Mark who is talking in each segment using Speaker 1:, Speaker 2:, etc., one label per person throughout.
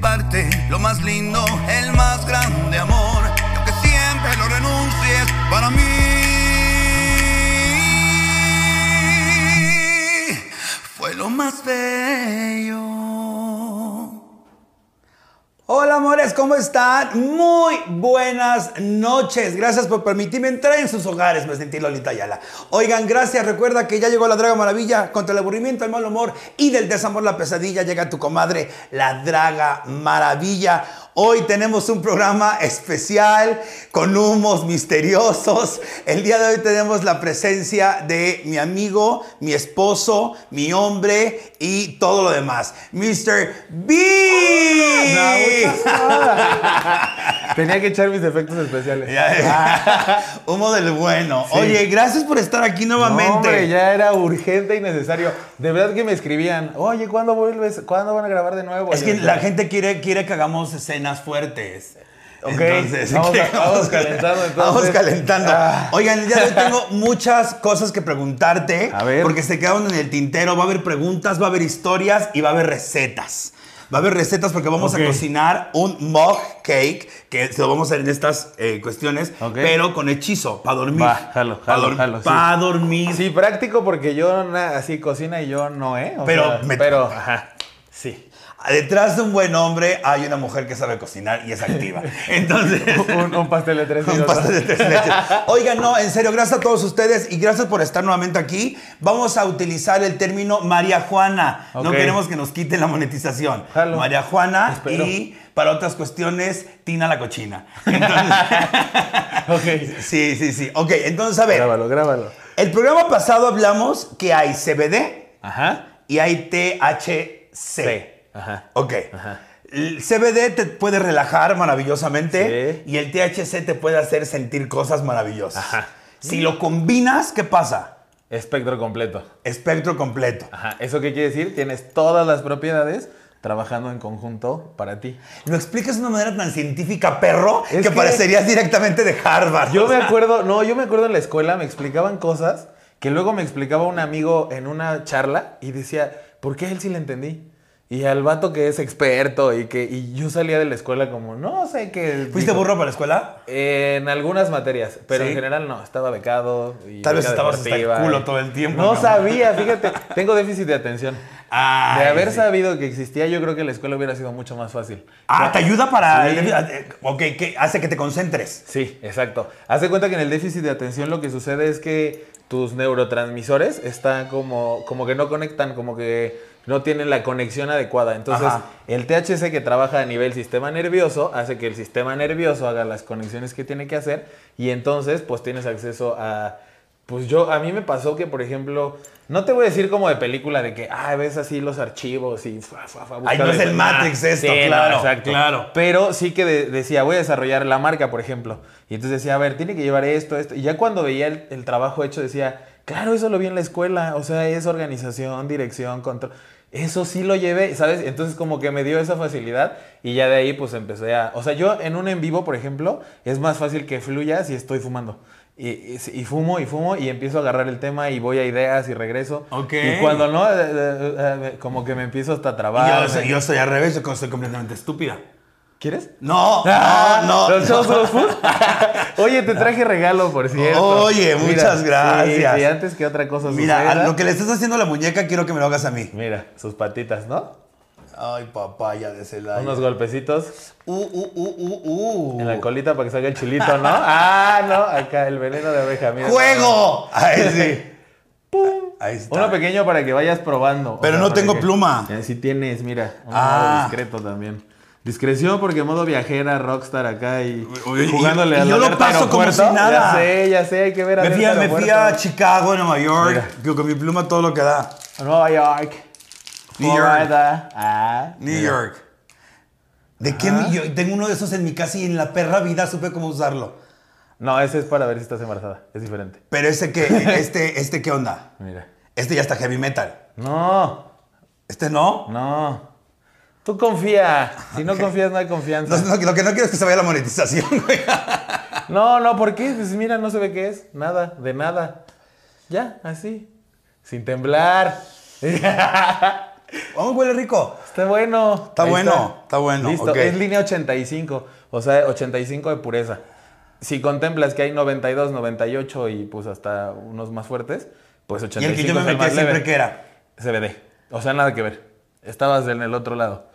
Speaker 1: darte lo más lindo, el más grande amor. Y aunque siempre lo renuncies para mí. Fue lo más bello.
Speaker 2: Hola amores, ¿cómo están? Muy buenas noches. Gracias por permitirme entrar en sus hogares, me sentí Lolita Ayala. Oigan, gracias. Recuerda que ya llegó la Draga Maravilla. Contra el aburrimiento, el mal humor y del desamor, la pesadilla, llega tu comadre, la Draga Maravilla. Hoy tenemos un programa especial con humos misteriosos. El día de hoy tenemos la presencia de mi amigo, mi esposo, mi hombre y todo lo demás. Mr. B.
Speaker 3: No, muchas horas. Tenía que echar mis efectos especiales.
Speaker 2: Ya, ya. Humo del bueno.
Speaker 3: Sí.
Speaker 2: Oye, gracias por estar aquí
Speaker 3: No,
Speaker 2: nuevamente.
Speaker 3: hombre, ya era urgente y necesario. De verdad que me escribían, oye, ¿cuándo vuelves? ¿Cuándo van a grabar de nuevo?
Speaker 2: Es que
Speaker 3: Yo,
Speaker 2: la gente quiere, quiere que hagamos escenas fuertes.
Speaker 3: Ok, vamos a-
Speaker 2: ¿qué?
Speaker 3: vamos calentando, entonces.
Speaker 2: Vamos calentando.
Speaker 3: Ah.
Speaker 2: Oigan, el día de hoy tengo muchas cosas que preguntarte.
Speaker 3: A ver.
Speaker 2: Porque se quedaron en el tintero. Va a haber preguntas, va a haber historias y va a haber recetas. Va a haber recetas porque vamos
Speaker 3: Ok.
Speaker 2: a cocinar un mug cake, que se lo vamos a hacer en estas eh, cuestiones,
Speaker 3: Ok.
Speaker 2: pero con hechizo, para dormir.
Speaker 3: Va, jalo, jalo, jalo, sí.
Speaker 2: Para dormir.
Speaker 3: Sí, práctico porque yo na- así cocina y yo no, ¿eh? O
Speaker 2: Pero
Speaker 3: sea,
Speaker 2: me-
Speaker 3: pero, ajá, sí.
Speaker 2: Detrás de un buen hombre hay una mujer que sabe cocinar y es activa. Entonces.
Speaker 3: Un, un pastel de tres
Speaker 2: Un
Speaker 3: minutos.
Speaker 2: pastel de tres leches. Oigan, no, en serio, gracias a todos ustedes y gracias por estar nuevamente aquí. Vamos a utilizar el término María Juana. No
Speaker 3: Ok.
Speaker 2: queremos que nos quiten la monetización.
Speaker 3: Jalo.
Speaker 2: María Juana
Speaker 3: Espero.
Speaker 2: y para otras cuestiones, Tina la cochina. Entonces-
Speaker 3: Ok.
Speaker 2: sí, sí, sí. Ok, entonces a ver,
Speaker 3: Grábalo, grábalo.
Speaker 2: el programa pasado hablamos que hay CBD
Speaker 3: Ajá.
Speaker 2: y hay THC.
Speaker 3: Ajá.
Speaker 2: Ok.
Speaker 3: Ajá.
Speaker 2: El CBD te puede relajar maravillosamente
Speaker 3: Sí.
Speaker 2: y el THC te puede hacer sentir cosas maravillosas.
Speaker 3: Ajá.
Speaker 2: Si lo combinas, ¿qué pasa?
Speaker 3: Espectro completo.
Speaker 2: Espectro completo.
Speaker 3: Ajá. ¿Eso qué quiere decir? Tienes todas las propiedades trabajando en conjunto para ti.
Speaker 2: Lo explicas de una manera tan científica, perro,
Speaker 3: Es
Speaker 2: que,
Speaker 3: que-
Speaker 2: parecerías directamente de Harvard.
Speaker 3: Yo me acuerdo, no, yo me acuerdo en la escuela me explicaban cosas que luego me explicaba un amigo en una charla y decía, ¿por qué a él sí le entendí? Y al vato que es experto y que y yo salía de la escuela como, no sé qué.
Speaker 2: ¿Fuiste
Speaker 3: dijo".
Speaker 2: burro para la escuela?
Speaker 3: En algunas materias, pero
Speaker 2: Sí.
Speaker 3: en general no, estaba becado. y
Speaker 2: Tal vez
Speaker 3: beca
Speaker 2: estabas hasta el
Speaker 3: deportiva
Speaker 2: culo todo el tiempo,
Speaker 3: No
Speaker 2: cabrón.
Speaker 3: sabía, fíjate, tengo déficit de atención.
Speaker 2: Ay,
Speaker 3: de haber
Speaker 2: sí.
Speaker 3: sabido que existía, yo creo que la escuela hubiera sido mucho más fácil.
Speaker 2: Ah, te ayuda para...
Speaker 3: Sí.
Speaker 2: eh, Ok, que hace que te concentres.
Speaker 3: Sí, exacto. Haz de cuenta que en el déficit de atención lo que sucede es que tus neurotransmisores están como, como que no conectan, como que no tienen la conexión adecuada. Entonces,
Speaker 2: Ajá.
Speaker 3: el THC que trabaja a nivel sistema nervioso hace que el sistema nervioso haga las conexiones que tiene que hacer y entonces pues tienes acceso a... Pues yo, a mí me pasó que, por ejemplo, no te voy a decir como de película de que, ah, ves así los archivos y... Fua, fua, fua,
Speaker 2: Ay, no
Speaker 3: buscar
Speaker 2: es el
Speaker 3: eso". Ah,
Speaker 2: Matrix esto,
Speaker 3: no,
Speaker 2: claro,
Speaker 3: exacto.
Speaker 2: claro.
Speaker 3: Pero sí que de- decía, voy a desarrollar la marca, por ejemplo. Y entonces decía, a ver, tiene que llevar esto, esto. Y ya cuando veía el, el trabajo hecho, decía, claro, eso lo vi en la escuela. O sea, es organización, dirección, control. Eso sí lo llevé, ¿sabes? Entonces como que me dio esa facilidad y ya de ahí pues empecé a... O sea, yo en un en vivo, por ejemplo, es más fácil que fluya si estoy fumando. Y, y- y fumo y fumo y empiezo a agarrar el tema y voy a ideas y regreso.
Speaker 2: Ok.
Speaker 3: Y cuando no, eh, eh, eh, como que me empiezo hasta a trabar.
Speaker 2: Y yo, soy, yo soy al revés, yo soy completamente estúpida.
Speaker 3: ¿Quieres?
Speaker 2: No,
Speaker 3: Ah,
Speaker 2: no, no.
Speaker 3: ¿Los shows los fus? Oye, te traje regalo, por cierto.
Speaker 2: Oye, muchas
Speaker 3: sí,
Speaker 2: gracias.
Speaker 3: sí, antes que otra cosa
Speaker 2: Mira,
Speaker 3: suceda.
Speaker 2: a lo que le estás haciendo a la muñeca, quiero que me lo hagas a mí.
Speaker 3: Mira, sus patitas, ¿no?
Speaker 2: Ay, papaya de Celaya.
Speaker 3: Unos golpecitos
Speaker 2: Uh, uh, uh, uh, uh.
Speaker 3: en la colita para que salga el chilito, ¿no? Ah, no, acá el veneno de abeja, mira.
Speaker 2: ¡Juego! Ahí sí.
Speaker 3: ¡Pum!
Speaker 2: Ahí está.
Speaker 3: Uno pequeño para que vayas probando. o
Speaker 2: Pero no
Speaker 3: para
Speaker 2: tengo
Speaker 3: que-
Speaker 2: pluma.
Speaker 3: Así tienes, mira. Un
Speaker 2: Ah.
Speaker 3: modo discreto también. Discreción porque modo viajera, rockstar acá y
Speaker 2: Oye, y-
Speaker 3: jugándole
Speaker 2: y
Speaker 3: a la
Speaker 2: yo lo
Speaker 3: alerta
Speaker 2: paso como
Speaker 3: aeropuerto.
Speaker 2: si nada.
Speaker 3: Ya sé, ya sé, hay que ver
Speaker 2: Me fui, a-
Speaker 3: alerta
Speaker 2: me fui
Speaker 3: aeropuerto.
Speaker 2: a Chicago, a Nueva York,
Speaker 3: Mira.
Speaker 2: que con mi pluma todo lo que da.
Speaker 3: Nueva York.
Speaker 2: New
Speaker 3: Florida. Ah.
Speaker 2: New York. ¿De qué mi- yo tengo uno de esos en mi casa y en la perra vida supe cómo usarlo?
Speaker 3: No, ese es para ver si estás embarazada. Es diferente.
Speaker 2: Pero ese que, este, este qué onda?
Speaker 3: Mira.
Speaker 2: Este ya está heavy metal.
Speaker 3: No,
Speaker 2: Este no.
Speaker 3: no. Tú confía. Si no confías, no hay
Speaker 2: No,
Speaker 3: confianza.
Speaker 2: no, lo que no quiero es que se vaya la monetización, güey.
Speaker 3: No, no, ¿por qué? Pues mira, no se ve qué es. Nada, de nada. Ya, así. Sin temblar.
Speaker 2: Vamos, Oh, huele rico.
Speaker 3: Está bueno.
Speaker 2: Está
Speaker 3: Ahí
Speaker 2: bueno, está bueno,
Speaker 3: Listo,
Speaker 2: ok.
Speaker 3: es línea 85, o sea, 85 de pureza. Si contemplas que hay 92, 98 y pues hasta unos más fuertes, pues
Speaker 2: Y
Speaker 3: 85
Speaker 2: el que yo me
Speaker 3: es el
Speaker 2: metí
Speaker 3: más
Speaker 2: siempre
Speaker 3: leve.
Speaker 2: que era.
Speaker 3: CBD. O sea, nada que ver. Estabas en el otro lado.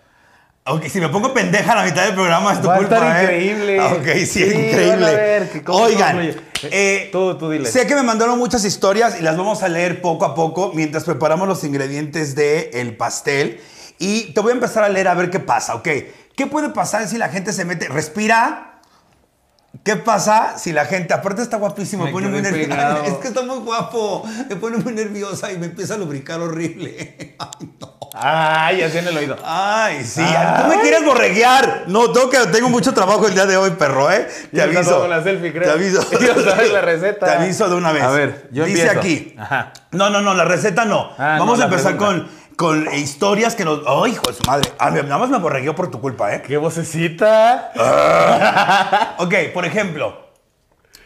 Speaker 2: Ok, si me pongo pendeja a la mitad del programa es tu
Speaker 3: Va a
Speaker 2: culpa.
Speaker 3: estar
Speaker 2: ¿eh?
Speaker 3: increíble.
Speaker 2: Ah, Ok, sí,
Speaker 3: Sí,
Speaker 2: es increíble.
Speaker 3: van a ver que cómo
Speaker 2: Oigan,
Speaker 3: concluye.
Speaker 2: eh,
Speaker 3: Tú- tú dile.
Speaker 2: sé que me mandaron muchas historias y las vamos a leer poco a poco mientras preparamos los ingredientes del pastel. Y te voy a empezar a leer a ver qué pasa, ¿ok? ¿Qué puede pasar si la gente se mete? Respira. ¿Qué pasa si la gente, aparte está guapísimo, me
Speaker 3: Me
Speaker 2: pone muy
Speaker 3: quedé
Speaker 2: nerviosa.
Speaker 3: pegado.
Speaker 2: Es que está muy guapo, me pone muy nerviosa y me empieza a lubricar horrible. Ay, no.
Speaker 3: Ay, así en el oído.
Speaker 2: Ay, sí.
Speaker 3: Ay.
Speaker 2: Tú me quieres borreguear. No, tengo, que, tengo mucho trabajo el día de hoy, perro, ¿eh? Te
Speaker 3: Yo estaba
Speaker 2: aviso.
Speaker 3: con la selfie, creo.
Speaker 2: Te aviso.
Speaker 3: Yo sabía la receta.
Speaker 2: Te aviso de una vez.
Speaker 3: A ver, yo
Speaker 2: Dice
Speaker 3: empiezo.
Speaker 2: aquí.
Speaker 3: Ajá.
Speaker 2: No, no, no, la receta no.
Speaker 3: Ah,
Speaker 2: Vamos
Speaker 3: no,
Speaker 2: a
Speaker 3: la
Speaker 2: empezar con,
Speaker 3: pregunta.
Speaker 2: con historias que nos. ¡Ay, hijo de su madre! Ah, mira, nada más me borregueó por tu culpa, ¿eh?
Speaker 3: ¡Qué vocecita!
Speaker 2: Ok, por ejemplo.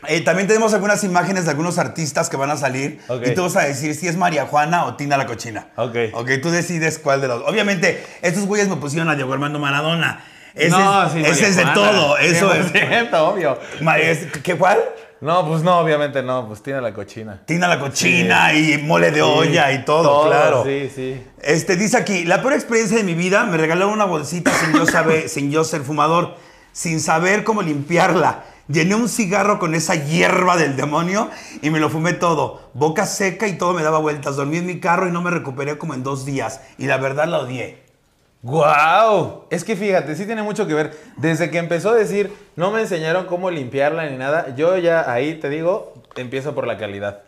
Speaker 2: eh, también tenemos algunas imágenes de algunos artistas que van a salir
Speaker 3: Ok.
Speaker 2: y tú vas a decir si es María Juana o Tina la cochina.
Speaker 3: Ok.
Speaker 2: Ok, tú decides cuál de los. Obviamente, estos güeyes me pusieron a Diego Armando Maradona. Ese es,
Speaker 3: sí,
Speaker 2: ese
Speaker 3: María
Speaker 2: es de
Speaker 3: Juana.
Speaker 2: todo. Eso es.
Speaker 3: 100%, obvio.
Speaker 2: Ma- es- ¿Qué cuál?
Speaker 3: No, pues no, obviamente no, pues tiene la cochina.
Speaker 2: Tina la cochina y mole de
Speaker 3: Sí,
Speaker 2: olla y todo, claro.
Speaker 3: Sí, sí.
Speaker 2: Este, dice aquí, la peor experiencia de mi vida, me regalaron una bolsita sin yo, saber, sin yo ser fumador, sin saber cómo limpiarla. Llené un cigarro con esa hierba del demonio y me lo fumé todo. Boca seca y todo me daba vueltas. Dormí en mi carro y no me recuperé como en dos días. Y la verdad la odié.
Speaker 3: ¡Guau! Es que fíjate, sí tiene mucho que ver. Desde que empezó a decir, no me enseñaron cómo limpiarla ni nada, yo ya ahí te digo, empiezo por la calidad.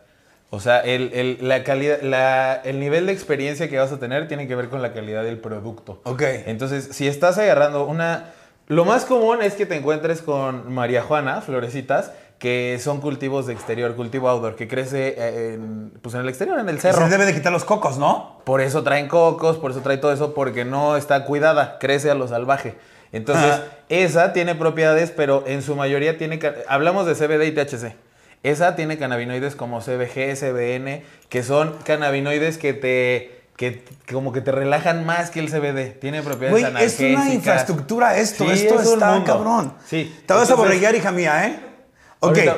Speaker 3: O sea, el, el- la calidad, la- el nivel de experiencia que vas a tener tiene que ver con la calidad del producto.
Speaker 2: Ok.
Speaker 3: Entonces, si estás agarrando una... Lo más común es que te encuentres con marihuana, florecitas, que son cultivos de exterior, cultivo outdoor, que crece eh, en, pues en el exterior, en el cerro.
Speaker 2: Se debe de quitar los cocos, ¿no?
Speaker 3: Por eso traen cocos, por eso trae todo eso, porque no está cuidada, crece a lo salvaje. Entonces,
Speaker 2: Ah.
Speaker 3: esa tiene propiedades, pero en su mayoría tiene... ca- Hablamos de CBD y THC. Esa tiene cannabinoides como CBG, CBN, que son cannabinoides que te... Que que como que te relajan más que el CBD. Tiene propiedades
Speaker 2: Güey, es una
Speaker 3: analgésicas.
Speaker 2: infraestructura esto.
Speaker 3: Sí,
Speaker 2: esto
Speaker 3: es un
Speaker 2: está
Speaker 3: mundo.
Speaker 2: cabrón.
Speaker 3: Sí.
Speaker 2: Te vas
Speaker 3: Entonces,
Speaker 2: a borreguear, hija mía, ¿eh? Ok.
Speaker 3: Ahorita,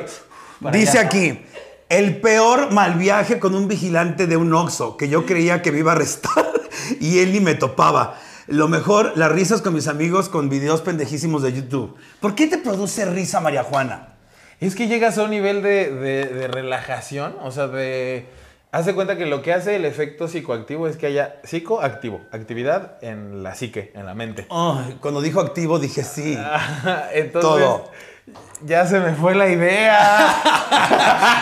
Speaker 3: para
Speaker 2: Dice
Speaker 3: allá.
Speaker 2: aquí. El peor mal viaje con un vigilante de un Oxxo que yo creía que me iba a arrestar y él ni me topaba. Lo mejor, las risas con mis amigos con videos pendejísimos de YouTube. ¿Por qué te produce risa, María Juana?
Speaker 3: Es que llegas a un nivel de, de- de relajación, o sea, de... Hace cuenta que lo que hace el efecto psicoactivo es que haya psicoactivo, actividad en la psique, en la mente.
Speaker 2: Ay, cuando dijo activo dije sí.
Speaker 3: Entonces,
Speaker 2: Todo.
Speaker 3: ya se me fue la idea.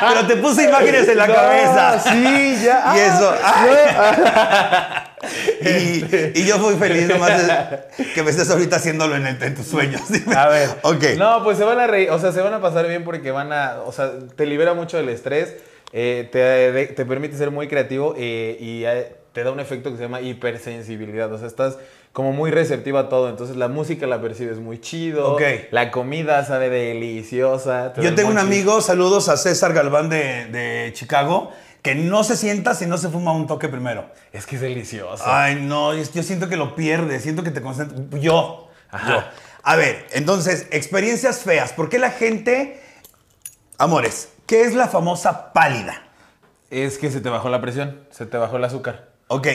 Speaker 2: Pero te puse imágenes en la
Speaker 3: No,
Speaker 2: cabeza.
Speaker 3: Sí, Ah, ya.
Speaker 2: Y eso.
Speaker 3: Ah,
Speaker 2: Y, y yo fui feliz nomás de- que me estés ahorita haciéndolo en, el- en tus sueños. Dime.
Speaker 3: A ver.
Speaker 2: Ok.
Speaker 3: No, pues se van a reír, o sea, se van a pasar bien porque van a, o sea, te libera mucho del estrés, eh, te, de- te permite ser muy creativo eh, y eh, te da un efecto que se llama hipersensibilidad, o sea, estás como muy receptiva a todo, entonces la música la percibes muy chido,
Speaker 2: Ok.
Speaker 3: la comida sabe deliciosa. te da
Speaker 2: Yo
Speaker 3: el
Speaker 2: tengo un
Speaker 3: mochi.
Speaker 2: amigo, saludos a César Galván de, de Chicago, que no se sienta si no se fuma un toque primero.
Speaker 3: Es que es delicioso.
Speaker 2: Ay, no, yo, yo siento que lo pierdes, siento que te concentras. Yo.
Speaker 3: Ajá.
Speaker 2: Yo. A ver, entonces, experiencias feas. ¿Por qué la gente. Amores, ¿qué es la famosa pálida?
Speaker 3: Es que se te bajó la presión, se te bajó el azúcar.
Speaker 2: Ok,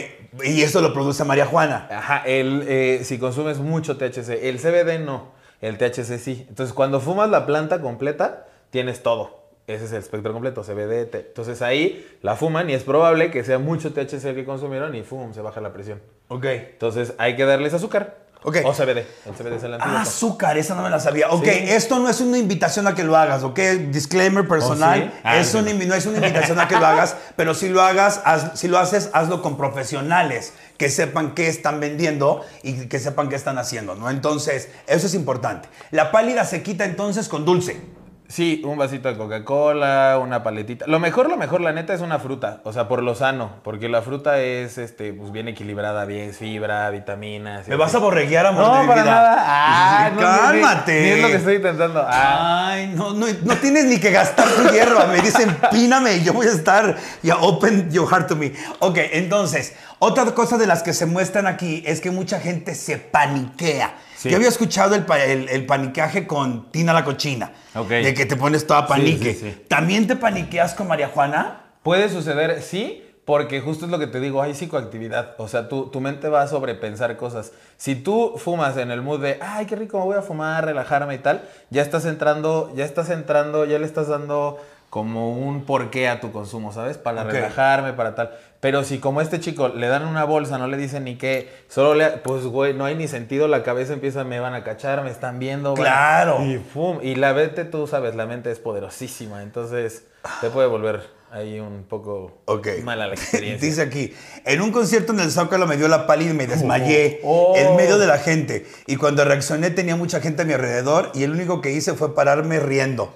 Speaker 2: y eso lo produce María Juana.
Speaker 3: Ajá, el, eh, si consumes mucho THC, el CBD no, el THC sí. Entonces, cuando fumas la planta completa, tienes todo. Ese es el espectro completo, CBD. T. Entonces ahí la fuman y es probable que sea mucho THC el que consumieron y fum, se baja la presión.
Speaker 2: Ok.
Speaker 3: Entonces hay que darles azúcar.
Speaker 2: Ok.
Speaker 3: O CBD. El CBD es el
Speaker 2: Ah,
Speaker 3: antídoto.
Speaker 2: azúcar, esa no me la sabía. Ok,
Speaker 3: Sí.
Speaker 2: esto no es una invitación a que lo hagas, ¿ok? Disclaimer personal,
Speaker 3: ¿Oh, sí? Ah,
Speaker 2: es
Speaker 3: no.
Speaker 2: un invi- no es una invitación a que lo hagas, pero si lo hagas, haz- si lo haces, hazlo con profesionales que sepan qué están vendiendo y que sepan qué están haciendo, ¿no? Entonces, eso es importante. La pálida se quita entonces con dulce.
Speaker 3: Sí, un vasito de Coca-Cola, una paletita. Lo mejor, lo mejor, la neta, es una fruta. O sea, por lo sano. Porque la fruta es este, pues, bien equilibrada, bien es fibra, vitaminas. y
Speaker 2: Me
Speaker 3: así.
Speaker 2: vas a borreguear, amor de
Speaker 3: No,
Speaker 2: mi
Speaker 3: para
Speaker 2: vida.
Speaker 3: nada. Ah, no, ni- ni-
Speaker 2: Cálmate.
Speaker 3: ni es lo que estoy intentando. Ah.
Speaker 2: Ay, no, no, no tienes ni que gastar tu hierba. Me dicen, píname, yo voy a estar. Ya, open your heart to me. Ok, entonces, otra cosa de las que se muestran aquí es que mucha gente se paniquea.
Speaker 3: Sí.
Speaker 2: Yo había escuchado el, pa- el- el paniqueaje con Tina la cochina.
Speaker 3: Ok.
Speaker 2: De que te pones toda panique.
Speaker 3: sí, sí.
Speaker 2: ¿También te paniqueas con María Juana?
Speaker 3: Puede suceder, sí, porque justo es lo que te digo, hay psicoactividad. O sea, tu, tu mente va a sobrepensar cosas. Si tú fumas en el mood de, ay, qué rico, me voy a fumar, relajarme y tal, ya estás entrando, ya estás entrando, ya le estás dando como un porqué a tu consumo, ¿sabes? Para
Speaker 2: Ok.
Speaker 3: relajarme, para tal. Pero si como este chico le dan una bolsa, no le dicen ni qué, solo le, pues güey, no hay ni sentido, la cabeza empieza, me van a cachar, me están viendo. van a-".
Speaker 2: Claro.
Speaker 3: Y pum, y la mente, tú sabes, la mente es poderosísima, entonces te puede volver ahí un poco
Speaker 2: Ok.
Speaker 3: mala la experiencia.
Speaker 2: Dice aquí, en un concierto en el Zócalo me dio la pálida y me desmayé
Speaker 3: Oh.
Speaker 2: en medio de la gente. Y cuando reaccioné tenía mucha gente a mi alrededor y el único que hice fue pararme riendo.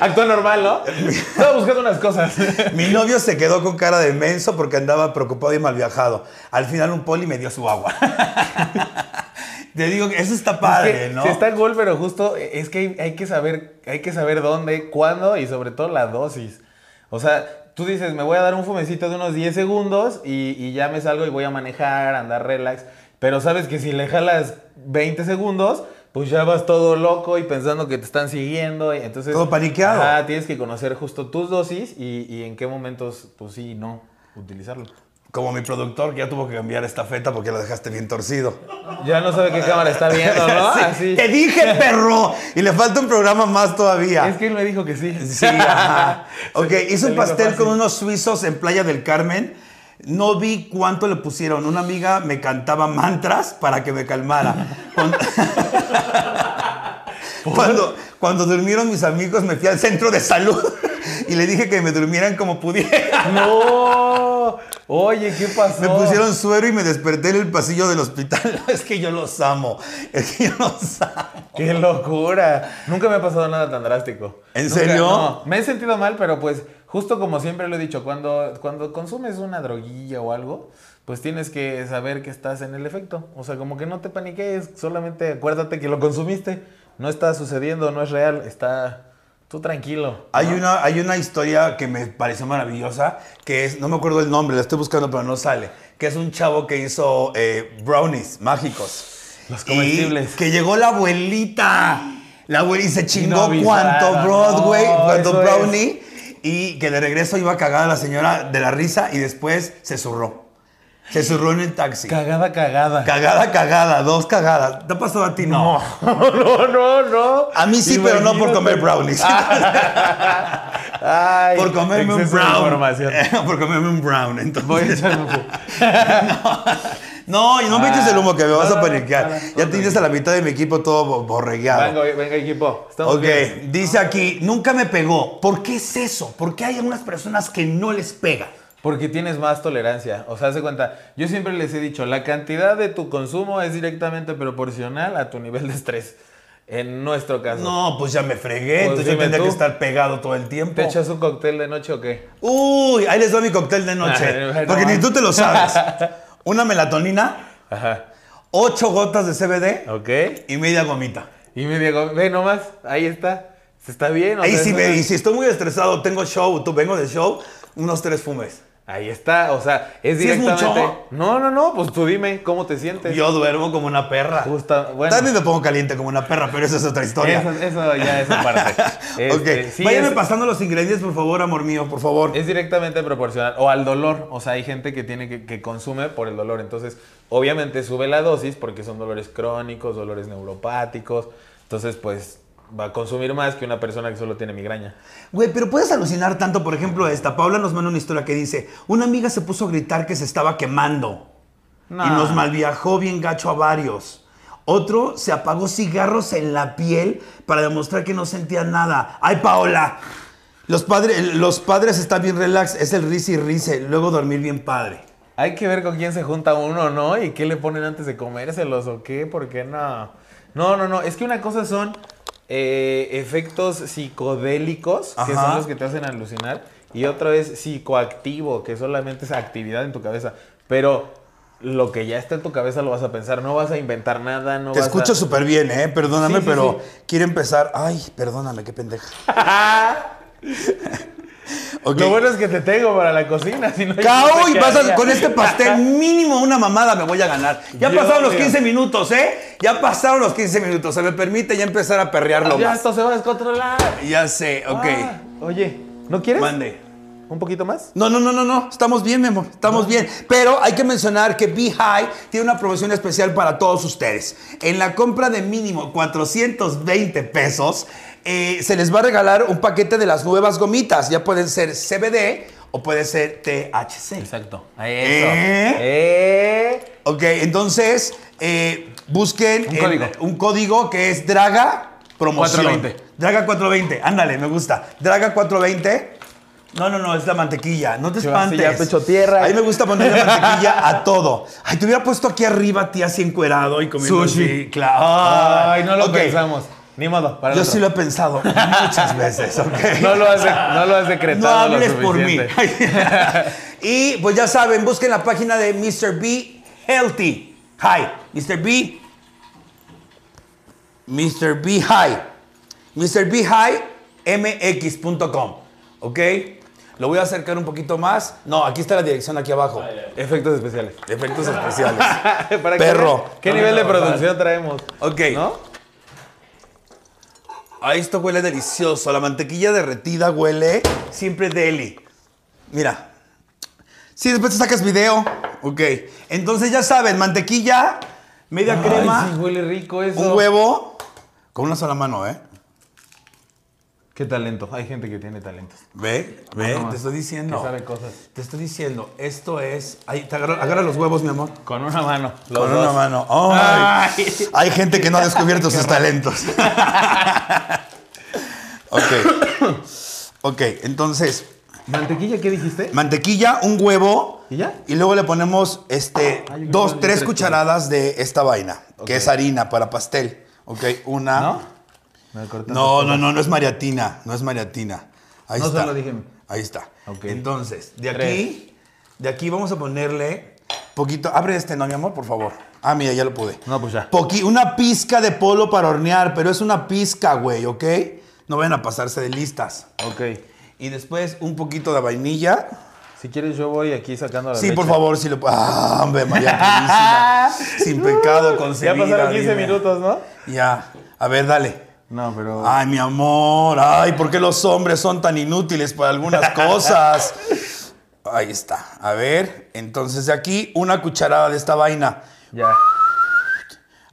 Speaker 3: Actúa normal, ¿no? Estaba buscando unas cosas.
Speaker 2: Mi novio se quedó con cara de menso porque andaba preocupado y mal viajado. Al final un poli me dio su agua. Te digo que eso está padre,
Speaker 3: Es que
Speaker 2: ¿no?
Speaker 3: Si está el gol, pero justo eh, es que hay, hay que saber, hay que saber dónde, cuándo y sobre todo la dosis. O sea, tú dices, me voy a dar un fumecito de unos 10 segundos y, y ya me salgo y voy a manejar, andar relax. Pero sabes que si le jalas 20 segundos, pues ya vas todo loco y pensando que te están siguiendo. Y entonces,
Speaker 2: Todo paniqueado.
Speaker 3: Ah, tienes que conocer justo tus dosis y, y en qué momentos, pues sí y no, utilizarlo.
Speaker 2: Como mi productor que ya tuvo que cambiar esta feta porque la dejaste bien torcido.
Speaker 3: Ya no sabe qué cámara está viendo, ¿no?
Speaker 2: Sí,
Speaker 3: Así.
Speaker 2: Te dije, perro. Y le falta un programa más todavía.
Speaker 3: Es que él me dijo que sí.
Speaker 2: Sí, ajá. Ok,
Speaker 3: Se-
Speaker 2: hizo
Speaker 3: se
Speaker 2: un
Speaker 3: le
Speaker 2: pastel
Speaker 3: fácil.
Speaker 2: con unos suizos en Playa del Carmen. No vi cuánto le pusieron. Una amiga me cantaba mantras para que me calmara. Cuando, cuando, cuando durmieron mis amigos me fui al centro de salud y le dije que me durmieran como pudiera.
Speaker 3: No. Oye, ¿qué pasó?
Speaker 2: Me pusieron suero y me desperté en el pasillo del hospital. No, es que yo los amo. Es que yo los amo.
Speaker 3: ¡Qué locura! Nunca me ha pasado nada tan drástico.
Speaker 2: ¿En
Speaker 3: Nunca,
Speaker 2: serio?
Speaker 3: no. Me he sentido mal, pero pues justo como siempre lo he dicho, cuando, cuando consumes una droguilla o algo, pues tienes que saber que estás en el efecto. O sea, como que no te paniques, solamente acuérdate que lo consumiste. No está sucediendo, no es real, está tú tranquilo.
Speaker 2: Hay una, hay una historia que me pareció maravillosa, que es, no me acuerdo el nombre, la estoy buscando pero no sale, que es un chavo que hizo eh, brownies mágicos.
Speaker 3: Los
Speaker 2: Y
Speaker 3: comestibles.
Speaker 2: que llegó la abuelita, la abuelita y se chingó
Speaker 3: avisaron,
Speaker 2: cuanto
Speaker 3: no,
Speaker 2: Broadway, cuanto
Speaker 3: eso es.
Speaker 2: brownie, y que de regreso iba cagada la señora de la risa y después se zurró. Se zurró en el taxi.
Speaker 3: Cagada, cagada.
Speaker 2: Cagada, cagada, dos cagadas. ¿Te ha pasado a ti? No.
Speaker 3: no, no, no.
Speaker 2: A mí sí, pero no por comer brownies.
Speaker 3: Ah, Ay,
Speaker 2: por comerme un
Speaker 3: exceso de
Speaker 2: brown.
Speaker 3: información. pues.
Speaker 2: por comerme un brown, entonces.
Speaker 3: Voy a echarme un poco.
Speaker 2: No, y no me eches el humo que me vas
Speaker 3: No,
Speaker 2: a
Speaker 3: no, no,
Speaker 2: paniquear.
Speaker 3: no, no,
Speaker 2: ya
Speaker 3: no,
Speaker 2: tienes a la mitad de mi equipo todo bo- borregueado.
Speaker 3: Venga, venga, equipo. Estamos
Speaker 2: Ok,
Speaker 3: bien.
Speaker 2: dice aquí, nunca me pegó. ¿Por qué es eso? ¿Por qué hay algunas personas que no les pega?
Speaker 3: Porque tienes más tolerancia. O sea, haz de cuenta. Yo siempre les he dicho, la cantidad de tu consumo es directamente proporcional a tu nivel de estrés. En nuestro caso.
Speaker 2: No, pues ya me fregué,
Speaker 3: Pues
Speaker 2: entonces yo
Speaker 3: dime
Speaker 2: tendría
Speaker 3: tú.
Speaker 2: que estar pegado todo el tiempo.
Speaker 3: ¿Te echas un cóctel de noche o qué?
Speaker 2: Uy, ahí les doy mi cóctel de noche.
Speaker 3: Ay, no
Speaker 2: porque ni
Speaker 3: mames.
Speaker 2: tú te lo sabes. Una melatonina,
Speaker 3: Ajá.
Speaker 2: ocho gotas de CBD
Speaker 3: Ok.
Speaker 2: y media gomita.
Speaker 3: Y me digo, ve nomás, ahí está. Se está bien. o
Speaker 2: Ahí
Speaker 3: sea,
Speaker 2: sí
Speaker 3: eso
Speaker 2: me,
Speaker 3: no-
Speaker 2: y si estoy muy estresado, tengo show, tú vengo de show, unos tres fumes.
Speaker 3: Ahí está, o sea, es
Speaker 2: ¿Sí es mucho?
Speaker 3: directamente. No, no, no, pues tú dime cómo te sientes.
Speaker 2: Yo duermo como una perra.
Speaker 3: Justa- bueno.
Speaker 2: También me pongo caliente como una perra, pero eso es otra historia.
Speaker 3: Eso, eso ya es aparte. Este,
Speaker 2: ok,
Speaker 3: sí,
Speaker 2: váyame
Speaker 3: es-
Speaker 2: pasando los ingredientes, por favor, amor mío, por favor.
Speaker 3: Es directamente proporcional o al dolor. O sea, hay gente que tiene que, que consume por el dolor. Entonces, obviamente sube la dosis porque son dolores crónicos, dolores neuropáticos. Entonces, pues va a consumir más que una persona que solo tiene migraña.
Speaker 2: Güey, pero puedes alucinar tanto, por ejemplo, esta. Paula nos manda una historia que dice, una amiga se puso a gritar que se estaba quemando y nos malviajó bien gacho a varios. Otro se apagó cigarros en la piel para demostrar que no sentía nada. ¡Ay, Paola! Los padres, los padres están bien relax, es el risi risi, luego dormir bien padre.
Speaker 3: Hay que ver con quién se junta uno, ¿no? Y qué le ponen antes de comérselos o qué, porque no. No, no, no. Es que una cosa son eh, efectos psicodélicos, que
Speaker 2: Ajá.
Speaker 3: son los que te hacen alucinar, y otro es psicoactivo, que solamente es actividad en tu cabeza. Pero lo que ya está en tu cabeza lo vas a pensar, no vas a inventar nada, no
Speaker 2: Te
Speaker 3: vas a-
Speaker 2: escucho súper bien, ¿eh? Perdóname,
Speaker 3: Sí, sí,
Speaker 2: pero
Speaker 3: sí.
Speaker 2: quiero empezar. Ay, perdóname, qué pendeja. Ok.
Speaker 3: Lo bueno es que te tengo para la cocina, si no... yo no
Speaker 2: Cao,
Speaker 3: sé
Speaker 2: y
Speaker 3: qué
Speaker 2: vas
Speaker 3: haría.
Speaker 2: a- con este pastel mínimo una mamada me voy a ganar. Ya
Speaker 3: Dios
Speaker 2: pasaron los
Speaker 3: mío.
Speaker 2: 15 minutos, ¿eh? Ya pasaron los 15 minutos. Se me permite ya empezar a perrearlo
Speaker 3: Ya
Speaker 2: más.
Speaker 3: esto se va a descontrolar.
Speaker 2: Ya sé, ok.
Speaker 3: Ah, oye, ¿no quieres?
Speaker 2: Mande.
Speaker 3: ¿Un poquito más?
Speaker 2: No, no, no, no, no. Estamos bien, mi amor. Estamos bien. Pero hay que mencionar que Be High tiene una promoción especial para todos ustedes. En la compra de mínimo 420 pesos, eh, se les va a regalar un paquete de las nuevas gomitas. Ya pueden ser CBD o puede ser THC.
Speaker 3: Exacto. Eso. Eh.
Speaker 2: Ok, entonces eh, busquen
Speaker 3: Un
Speaker 2: en-
Speaker 3: código.
Speaker 2: un código que es Draga Promoción.
Speaker 3: 420.
Speaker 2: Draga 420. Ándale, me gusta. Draga 420. No, no, no, es la mantequilla. No te
Speaker 3: Se va así,
Speaker 2: espantes.
Speaker 3: ya pecho tierra.
Speaker 2: A mí me gusta poner la mantequilla a todo. Ay, te hubiera puesto aquí arriba, tía, así encuerado y comiendo
Speaker 3: Sushi.
Speaker 2: así, Claro.
Speaker 3: Ay, no lo
Speaker 2: Ok,
Speaker 3: pensamos. Ni modo, para el
Speaker 2: Yo
Speaker 3: otro.
Speaker 2: sí lo he pensado muchas veces, ¿ok?
Speaker 3: No lo has, de- no lo has
Speaker 2: No
Speaker 3: decretado. lo
Speaker 2: hables por mí.
Speaker 3: suficiente.
Speaker 2: y pues ya saben, busquen la página de Mr. B Healthy. Hi, Mr. B. Mr. B High. Mr. B High mx.com. ¿Ok? Lo voy a acercar un poquito más. No, aquí está la dirección, aquí abajo.
Speaker 3: Efectos especiales.
Speaker 2: Efectos especiales.
Speaker 3: Para que
Speaker 2: Perro.
Speaker 3: veas ¿Qué nivel de producción traemos?
Speaker 2: Ok.
Speaker 3: ¿No?
Speaker 2: Ay, esto huele delicioso. La mantequilla derretida huele siempre deli. Mira. Sí, después te sacas video. Ok. Entonces ya saben, mantequilla, media crema,
Speaker 3: Ay, sí, huele rico eso.
Speaker 2: un huevo. Con una sola mano, ¿eh?
Speaker 3: Qué talento. Hay gente que tiene talentos.
Speaker 2: Ve, ve,
Speaker 3: Ajá.
Speaker 2: te estoy diciendo.
Speaker 3: Que sabe cosas.
Speaker 2: Te estoy diciendo, esto es. Ay, te agarra, agarra los huevos, mi amor.
Speaker 3: Con una mano. los
Speaker 2: Con
Speaker 3: dos.
Speaker 2: una mano. Ay,
Speaker 3: Ay.
Speaker 2: Hay gente que no ha descubierto sus talentos. ok. Ok, entonces.
Speaker 3: ¿Mantequilla qué dijiste?
Speaker 2: mantequilla, un huevo.
Speaker 3: ¿Y ya?
Speaker 2: luego le ponemos este,
Speaker 3: Ah, yo creo que
Speaker 2: dos,
Speaker 3: le
Speaker 2: tres
Speaker 3: tres
Speaker 2: cucharadas de esta vaina,
Speaker 3: Ok.
Speaker 2: que es harina para pastel. Ok, una.
Speaker 3: ¿No? Me cortaste.
Speaker 2: No, no, no, no es mariatina, no es mariatina. Ahí
Speaker 3: No se
Speaker 2: está.
Speaker 3: lo dije.
Speaker 2: Ahí está.
Speaker 3: Ok.
Speaker 2: Entonces, de aquí, de aquí vamos a ponerle poquito. Abre este, no, mi amor, por favor. Ah, mira, ya lo pude.
Speaker 3: No, pues ya.
Speaker 2: Poqui- una pizca de polo para hornear, pero es una pizca, güey, ¿ok? No vayan a pasarse de listas.
Speaker 3: Ok.
Speaker 2: Y después un poquito de vainilla.
Speaker 3: Si quieres, yo voy aquí sacando la
Speaker 2: Sí, por
Speaker 3: leche.
Speaker 2: favor, si lo. ¡Ah, hombre, María Purísima! Sin pecado concebida.
Speaker 3: Ya pasaron 15
Speaker 2: dime.
Speaker 3: minutos, ¿no?
Speaker 2: Ya. A ver, dale.
Speaker 3: No, pero.
Speaker 2: Ay, mi amor. Ay, ¿por qué los hombres son tan inútiles para algunas cosas? Ahí está. A ver, entonces de aquí una cucharada de esta vaina.
Speaker 3: Ya.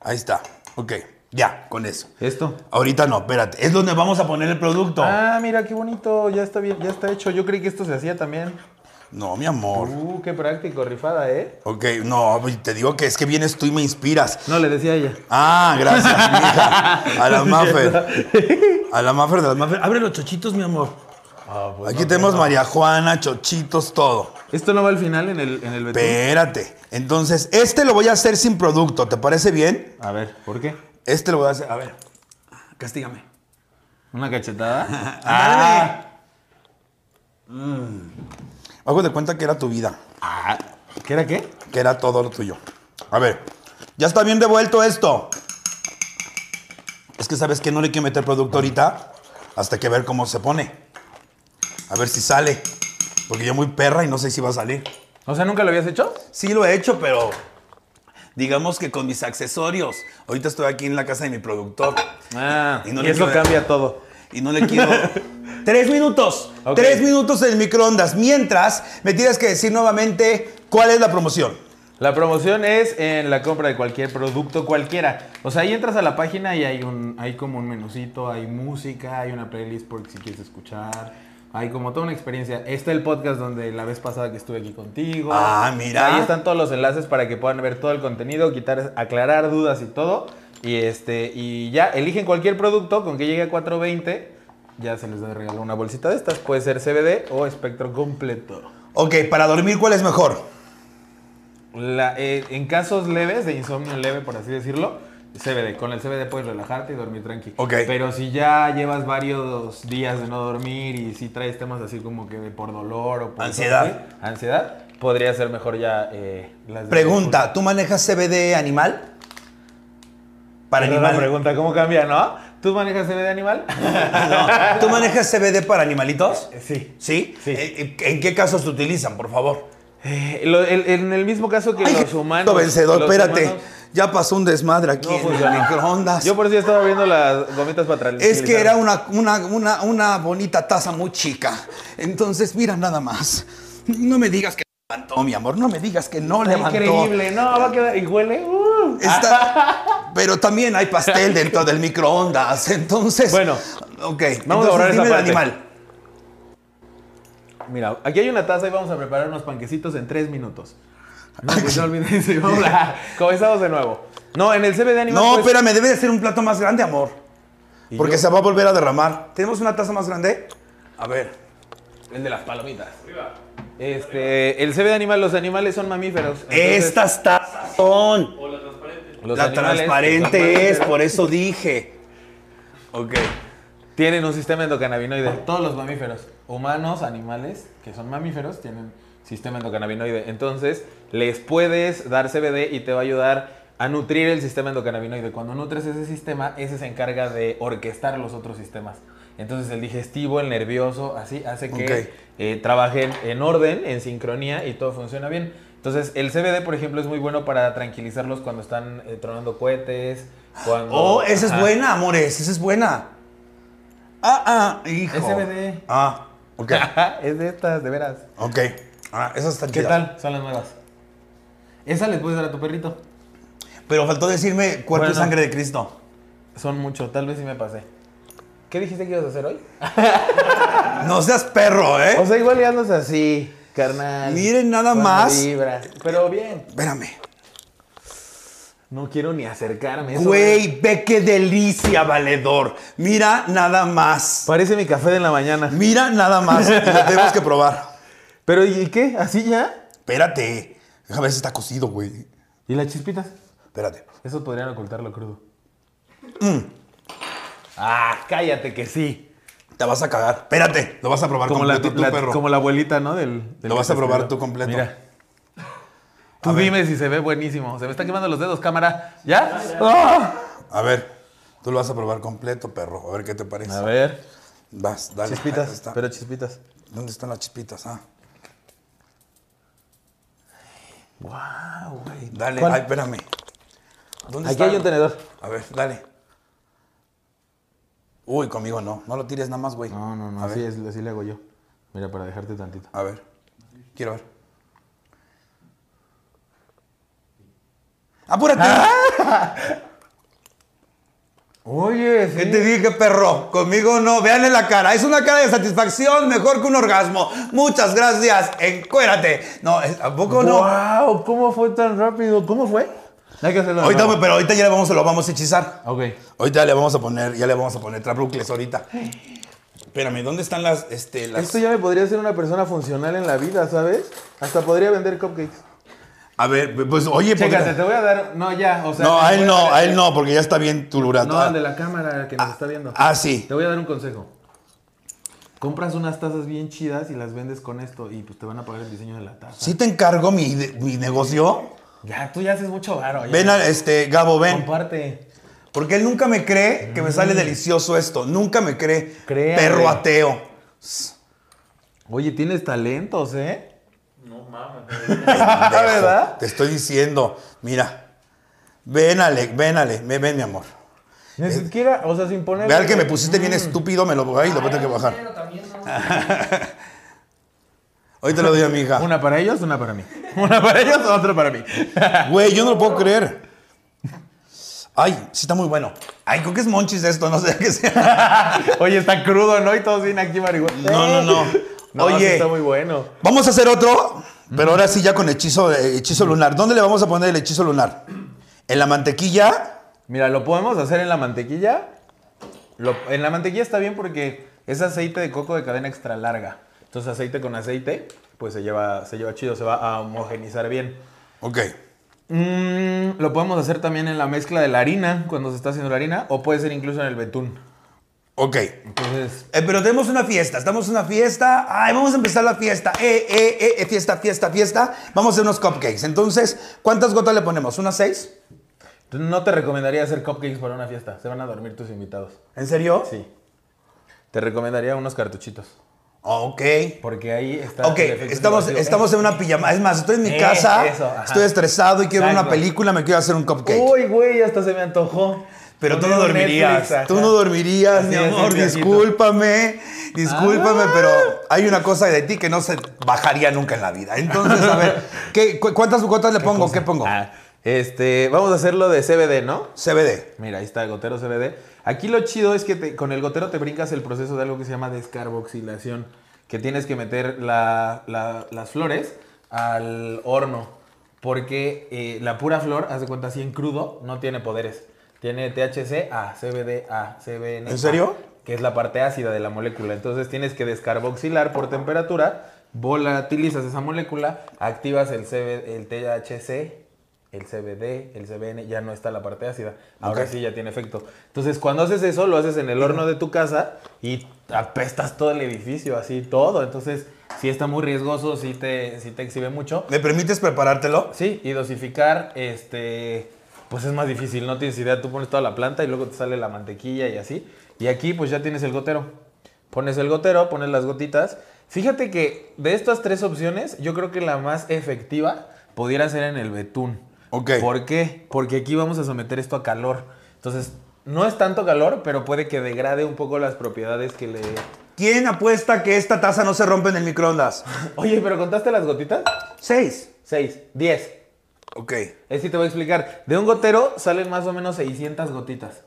Speaker 2: Ahí está. Ok, ya, con eso.
Speaker 3: ¿Esto?
Speaker 2: Ahorita no, espérate. Es donde vamos a poner el producto.
Speaker 3: Ah, mira qué bonito. Ya está bien, ya está hecho. Yo creí que esto se hacía también.
Speaker 2: No, mi amor.
Speaker 3: Uh, qué práctico, rifada, ¿eh?
Speaker 2: Ok, no, te digo que es que vienes tú y me inspiras.
Speaker 3: No, le decía a ella.
Speaker 2: Ah, gracias, mija. A la
Speaker 3: Sí,
Speaker 2: Maffer. A la Maffer de la Maffer. Abre los chochitos, mi amor. Aquí tenemos María Juana, chochitos, todo.
Speaker 3: Esto no va al final en el, en el betún?
Speaker 2: Espérate. Entonces, este lo voy a hacer sin producto. ¿Te parece bien?
Speaker 3: A ver, ¿por qué?
Speaker 2: Este lo voy a hacer. A ver. Castígame.
Speaker 3: ¿Una cachetada? Ah.
Speaker 2: Ándale. Hago de cuenta que era tu vida.
Speaker 3: Ah. ¿Qué era qué?
Speaker 2: Que era todo lo tuyo. A ver. Ya está bien revuelto esto. Es que sabes que no le quiero meter producto ahorita hasta que ver cómo se pone. A ver si sale. Porque yo muy perra y no sé si va a salir.
Speaker 3: O sea, ¿nunca lo habías hecho?
Speaker 2: Sí lo he hecho, pero digamos que con mis accesorios. Ahorita estoy aquí en la casa de mi productor
Speaker 3: Ah,
Speaker 2: Y
Speaker 3: y,
Speaker 2: no le
Speaker 3: eso
Speaker 2: quiero-
Speaker 3: cambia todo.
Speaker 2: y no le quiero... Tres minutos.
Speaker 3: Ok.
Speaker 2: Tres minutos en el microondas. Mientras, me tienes que decir nuevamente cuál es la promoción.
Speaker 3: La promoción es en la compra de cualquier producto, cualquiera. O sea, ahí entras a la página y hay un, hay como un menucito, hay música, hay una playlist por si quieres escuchar. Hay como toda una experiencia. Está el podcast donde la vez pasada que estuve aquí contigo.
Speaker 2: Ah, mira.
Speaker 3: Ahí están todos los enlaces para que puedan ver todo el contenido, quitar, aclarar dudas y todo. Y este, y ya, eligen cualquier producto con que llegue a 420. Ya se les da de regalo una bolsita de estas. Puede ser CBD o espectro completo.
Speaker 2: Ok, para dormir, ¿cuál es mejor?
Speaker 3: La- eh, en casos leves, de insomnio leve, por así decirlo, CBD. Con el CBD puedes relajarte y dormir tranqui.
Speaker 2: Ok.
Speaker 3: Pero si ya llevas varios días de no dormir y si traes temas así como que de por dolor o por
Speaker 2: Ansiedad.
Speaker 3: ¿sí? ansiedad, podría ser mejor ya eh, las de-
Speaker 2: Pregunta, ¿tú manejas CBD animal? Para
Speaker 3: Perdón,
Speaker 2: animal.
Speaker 3: la pregunta, ¿cómo cambia, no? ¿Tú manejas CBD animal?
Speaker 2: No. ¿Tú manejas CBD para animalitos?
Speaker 3: sí.
Speaker 2: ¿Sí?
Speaker 3: Sí.
Speaker 2: Eh, ¿En qué casos se utilizan, por favor?
Speaker 3: Eh, lo- el- en el mismo caso que
Speaker 2: Ay,
Speaker 3: los humanos.
Speaker 2: vencedor,
Speaker 3: los
Speaker 2: espérate.
Speaker 3: humanos-
Speaker 2: Ya pasó un desmadre aquí
Speaker 3: No
Speaker 2: en el
Speaker 3: funcionó.
Speaker 2: microondas.
Speaker 3: Yo por eso ya estaba viendo las gomitas para atrás.
Speaker 2: Es que era una, una, una, una bonita taza muy chica. Entonces, mira nada más. No me digas que levantó, mi amor. No me digas que no levantó.
Speaker 3: Increíble, no, va a quedar. Y huele. uh.
Speaker 2: Está- pero también hay pastel dentro del microondas. Entonces.
Speaker 3: Bueno,
Speaker 2: Ok.
Speaker 3: vamos
Speaker 2: entonces
Speaker 3: a borrar esa
Speaker 2: dime el
Speaker 3: parte.
Speaker 2: animal.
Speaker 3: Mira, aquí hay una taza y vamos a preparar unos panquecitos en tres minutos. No, pues no olvides. hola. Comenzamos de nuevo. No, en el CBD animal.
Speaker 2: No,
Speaker 3: pues-
Speaker 2: espérame, debe de ser un plato más grande, amor.
Speaker 3: Y
Speaker 2: Porque
Speaker 3: yo-
Speaker 2: se va a volver a derramar. ¿Tenemos una taza más grande? A ver.
Speaker 3: El de las palomitas. Este, el CBD animal, los animales son mamíferos. entonces,
Speaker 2: Estas tazas son.
Speaker 3: los
Speaker 2: la
Speaker 3: animales-
Speaker 2: transparente es, por eso dije. Ok.
Speaker 3: Tienen un sistema endocannabinoide. Todos los mamíferos, humanos, animales, que son mamíferos, tienen sistema endocannabinoide. Entonces, les puedes dar CBD y te va a ayudar a nutrir el sistema endocannabinoide. Cuando nutres ese sistema, ese se encarga de orquestar los otros sistemas. Entonces, el digestivo, el nervioso, así hace que
Speaker 2: Ok.
Speaker 3: eh, trabajen en orden, en sincronía y todo funciona bien. Entonces, el CBD, por ejemplo, es muy bueno para tranquilizarlos cuando están eh, tronando cohetes. Cuando,
Speaker 2: Oh, esa es
Speaker 3: Ajá.
Speaker 2: buena, amores. Esa es buena. Ah, ah, hijo.
Speaker 3: Es CBD.
Speaker 2: Ah, ok.
Speaker 3: es de estas, de veras.
Speaker 2: Ok. Ah, esas están
Speaker 3: ¿Qué
Speaker 2: chidas.
Speaker 3: tal? Son las nuevas. Esa les puedes dar a tu perrito.
Speaker 2: Pero faltó decirme cuerpo y
Speaker 3: Bueno.
Speaker 2: sangre de Cristo.
Speaker 3: Son mucho, tal vez sí me pasé. ¿Qué dijiste que ibas a hacer hoy?
Speaker 2: No seas perro, ¿eh?
Speaker 3: O sea, igual ya andas así, carnal.
Speaker 2: Miren nada
Speaker 3: Con
Speaker 2: más.
Speaker 3: vibra. Pero bien.
Speaker 2: Espérame.
Speaker 3: No quiero ni acercarme. eso-
Speaker 2: Güey, ve qué delicia, valedor. Mira nada más.
Speaker 3: Parece mi café de la mañana.
Speaker 2: Mira nada más. Lo tenemos que probar.
Speaker 3: Pero ¿y qué? ¿Así ya?
Speaker 2: Espérate. Déjame ver si está cocido, güey.
Speaker 3: ¿Y las chispitas?
Speaker 2: Espérate.
Speaker 3: Eso podrían ocultarlo crudo. Mm. Ah, cállate que sí.
Speaker 2: Te vas a cagar. Espérate. Lo vas a probar
Speaker 3: Como la,
Speaker 2: completo tú,
Speaker 3: la-
Speaker 2: perro.
Speaker 3: como la abuelita, ¿no? Del, del
Speaker 2: Lo
Speaker 3: que
Speaker 2: vas a
Speaker 3: te
Speaker 2: probar
Speaker 3: escribió.
Speaker 2: tú completo.
Speaker 3: Mira. Tú
Speaker 2: A ver.
Speaker 3: dime si se ve buenísimo. Se me están quemando los dedos, cámara. ¿Ya? ¡Ah!
Speaker 2: A ver. Tú lo vas a probar completo, perro. A ver qué te parece.
Speaker 3: A ver.
Speaker 2: Vas, dale. Ahí
Speaker 3: Chispitas.
Speaker 2: está.
Speaker 3: Pero chispitas.
Speaker 2: ¿Dónde están las chispitas? Ah,
Speaker 3: Wow, güey.
Speaker 2: dale.
Speaker 3: ¿Cuál?
Speaker 2: Ay, espérame. ¿Dónde
Speaker 3: Aquí
Speaker 2: están?
Speaker 3: hay un tenedor.
Speaker 2: A ver, dale. Uy, conmigo no. No lo tires nada más, güey.
Speaker 3: No, no, no.
Speaker 2: A ver.
Speaker 3: Así, es, así le hago yo. Mira, para dejarte tantito.
Speaker 2: A ver. Quiero ver. ¡Apúrate!
Speaker 3: Ah. Oye,
Speaker 2: ¿Qué te dije, perro? Conmigo no. Veanle la cara. Es una cara de satisfacción mejor que un orgasmo. Muchas gracias. Encuérate. No, es- tampoco no.
Speaker 3: Wow, ¿cómo fue tan rápido? ¿Cómo fue? Hay que hacerlo. de
Speaker 2: Ahorita,
Speaker 3: nuevo.
Speaker 2: pero ahorita ya le vamos, lo vamos a hechizar.
Speaker 3: Ok.
Speaker 2: Ahorita le vamos a poner, ya le vamos a poner trabucles ahorita. Espérame, ¿dónde están las, este, las...
Speaker 3: Esto ya me podría ser una persona funcional en la vida, ¿sabes? Hasta podría vender cupcakes.
Speaker 2: A ver, pues, oye, porque-
Speaker 3: Chécate, te voy a dar. No, ya, o sea.
Speaker 2: No,
Speaker 3: te
Speaker 2: a
Speaker 3: voy
Speaker 2: él no,
Speaker 3: dar-
Speaker 2: a él no, porque ya está bien tulurado.
Speaker 3: No, al de la cámara que nos está viendo.
Speaker 2: Ah, sí.
Speaker 3: Te voy a dar un consejo. Compras unas tazas bien chidas y las vendes con esto y pues te van a pagar el diseño de la taza.
Speaker 2: ¿Sí te encargo mi, de- mi negocio?
Speaker 3: Ya, tú ya haces mucho varo. ya.
Speaker 2: Ven, a, este, Gabo, ven.
Speaker 3: Comparte.
Speaker 2: Porque él nunca me cree que me sale
Speaker 3: Mm.
Speaker 2: delicioso esto. Nunca me cree.
Speaker 3: Créale.
Speaker 2: Perro ateo.
Speaker 3: Oye, tienes talentos, ¿eh?
Speaker 2: Pendejo.
Speaker 3: ¿Verdad?
Speaker 2: Te estoy diciendo. Mira. Ven, Alec, ven, Alec. Ven, ven, mi amor.
Speaker 3: Ni siquiera, o sea, sin poner...
Speaker 2: Ve al que me pusiste
Speaker 3: Mm.
Speaker 2: bien estúpido, me lo, ahí lo voy a tener que bajar. Hoy te lo doy a mi hija.
Speaker 3: Una para ellos, una para mí. Una para ellos, otra para mí.
Speaker 2: Güey, yo no lo puedo creer. Ay, sí está muy bueno. Ay, creo que es monchis esto, no sé qué sea.
Speaker 3: Oye, está crudo, ¿no? Y todos vienen aquí marihuana.
Speaker 2: No, no, no.
Speaker 3: Oye.
Speaker 2: Oye.
Speaker 3: está muy bueno.
Speaker 2: Vamos a hacer otro, pero ahora sí ya con hechizo, eh,
Speaker 3: Mm.
Speaker 2: hechizo lunar. ¿Dónde le vamos a poner el hechizo lunar? ¿En la mantequilla?
Speaker 3: Mira, lo podemos hacer en la mantequilla. Lo- en la mantequilla está bien porque es aceite de coco de cadena extra larga. Entonces aceite con aceite, pues se lleva, se lleva chido, se va a homogenizar bien.
Speaker 2: Ok.
Speaker 3: Mm, lo podemos hacer también en la mezcla de la harina, cuando se está haciendo la harina, o puede ser incluso en el betún.
Speaker 2: Ok.
Speaker 3: Entonces,
Speaker 2: Eh, pero tenemos una fiesta, estamos en una fiesta. Ay, vamos a empezar la fiesta. Eh, eh, eh, eh, fiesta, fiesta, fiesta. Vamos a hacer unos cupcakes. Entonces, ¿cuántas gotas le ponemos? ¿Unas seis?
Speaker 3: no te recomendaría hacer cupcakes para una fiesta. Se van a dormir tus invitados.
Speaker 2: ¿En serio?
Speaker 3: Sí. Te recomendaría unos cartuchitos.
Speaker 2: Ok.
Speaker 3: Porque ahí está.
Speaker 2: Ok,
Speaker 3: el efecto
Speaker 2: estamos,
Speaker 3: vacío.
Speaker 2: estamos en una pijama. Es más, estoy en mi
Speaker 3: Eh,
Speaker 2: casa,
Speaker 3: eso, ajá.
Speaker 2: estoy estresado y quiero ver una
Speaker 3: Exacto.
Speaker 2: película, me quiero hacer un cupcake.
Speaker 3: Uy, güey, hasta se me antojó.
Speaker 2: Pero tú
Speaker 3: Poner
Speaker 2: no
Speaker 3: un
Speaker 2: dormirías.
Speaker 3: Netflix,
Speaker 2: tú
Speaker 3: ajá.
Speaker 2: no dormirías, mi
Speaker 3: Así es, Ah.
Speaker 2: amor.
Speaker 3: un viajito.
Speaker 2: Discúlpame. Discúlpame, pero hay una cosa de ti que no se bajaría nunca en la vida. Entonces, a ver, ¿qué, cu- ¿cuántas gotas le pongo? ¿Qué pongo?
Speaker 3: Ah, este, vamos a hacerlo de CBD, ¿no?
Speaker 2: CBD.
Speaker 3: Mira, ahí está el gotero CBD. Aquí lo chido es que te- con el gotero te brincas el proceso de algo que se llama descarboxilación, que tienes que meter la- la- las flores al horno, porque eh, la pura flor, haz de cuenta así en crudo, no tiene poderes. Tiene THC A, CBD A, CBN.
Speaker 2: ¿En serio?
Speaker 3: Que es la parte ácida de la molécula. Entonces tienes que descarboxilar por temperatura, volatilizas esa molécula, activas el, CB, el THC, el CBD, el CBN, ya no está la parte ácida. Ahora
Speaker 2: Ok.
Speaker 3: sí ya tiene efecto. Entonces cuando haces eso, lo haces en el horno de tu casa y apestas todo el edificio, así todo. Entonces sí está muy riesgoso, sí te, sí te exhibe mucho.
Speaker 2: ¿Me permites preparártelo?
Speaker 3: Sí, y dosificar, este, pues es más difícil, no tienes idea, tú pones toda la planta y luego te sale la mantequilla y así. Y aquí pues ya tienes el gotero. Pones el gotero, pones las gotitas. Fíjate que de estas tres opciones, yo creo que la más efectiva pudiera ser en el betún.
Speaker 2: Ok.
Speaker 3: ¿Por qué? Porque aquí vamos a someter esto a calor. Entonces, no es tanto calor, pero puede que degrade un poco las propiedades que le...
Speaker 2: ¿Quién apuesta que esta taza no se rompe en el microondas?
Speaker 3: Oye, pero ¿contaste las gotitas?
Speaker 2: Seis.
Speaker 3: Seis, diez.
Speaker 2: Ok.
Speaker 3: Es que te voy a explicar. De un gotero salen más o menos 600 gotitas.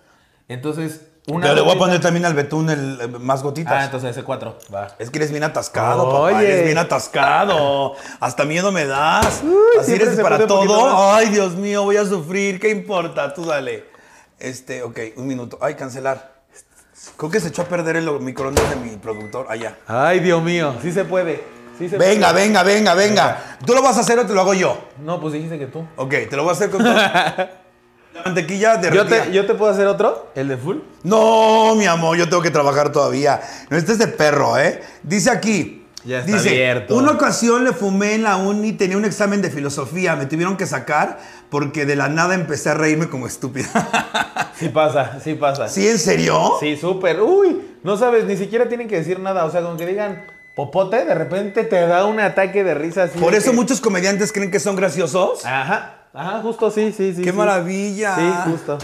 Speaker 3: Entonces, una.
Speaker 2: Pero le voy a
Speaker 3: gotita-
Speaker 2: poner también al betún el, eh, más gotitas.
Speaker 3: Ah, entonces ese 4. Va.
Speaker 2: Es que eres bien atascado, papá.
Speaker 3: Oye.
Speaker 2: Eres bien atascado. Hasta miedo me das. Así
Speaker 3: siempre
Speaker 2: eres
Speaker 3: se
Speaker 2: para
Speaker 3: puede un poquito
Speaker 2: todo.
Speaker 3: más.
Speaker 2: Ay, Dios mío, voy a sufrir. ¿Qué importa? Tú dale. Este, ok, un minuto. Ay, cancelar. Creo que se echó a perder el microondas de mi productor. Allá.
Speaker 3: Ay, Dios mío. Sí se puede. Sí se
Speaker 2: Venga,
Speaker 3: puede.
Speaker 2: venga, venga, venga. ¿Tú lo vas a hacer o te lo hago yo?
Speaker 3: No, pues dijiste que tú.
Speaker 2: Ok, te lo voy a hacer con todo. La mantequilla de
Speaker 3: Yo te, yo te puedo hacer otro, el de full.
Speaker 2: No, mi amor, yo tengo que trabajar todavía. No estés de perro, ¿eh? Dice aquí.
Speaker 3: Ya está
Speaker 2: dice,
Speaker 3: abierto.
Speaker 2: una ocasión le fumé en la uni, tenía un examen de filosofía, me tuvieron que sacar porque de la nada empecé a reírme como estúpida.
Speaker 3: Sí pasa, sí pasa.
Speaker 2: ¿Sí, en serio?
Speaker 3: Sí, súper. Uy, no sabes, ni siquiera tienen que decir nada. O sea, con que digan popote, de repente te da un ataque de risa así.
Speaker 2: Por
Speaker 3: de
Speaker 2: eso
Speaker 3: que-
Speaker 2: muchos comediantes creen que son graciosos.
Speaker 3: Ajá, ajá, justo sí, sí, sí.
Speaker 2: ¡Qué
Speaker 3: sí.
Speaker 2: maravilla!
Speaker 3: Sí, justo.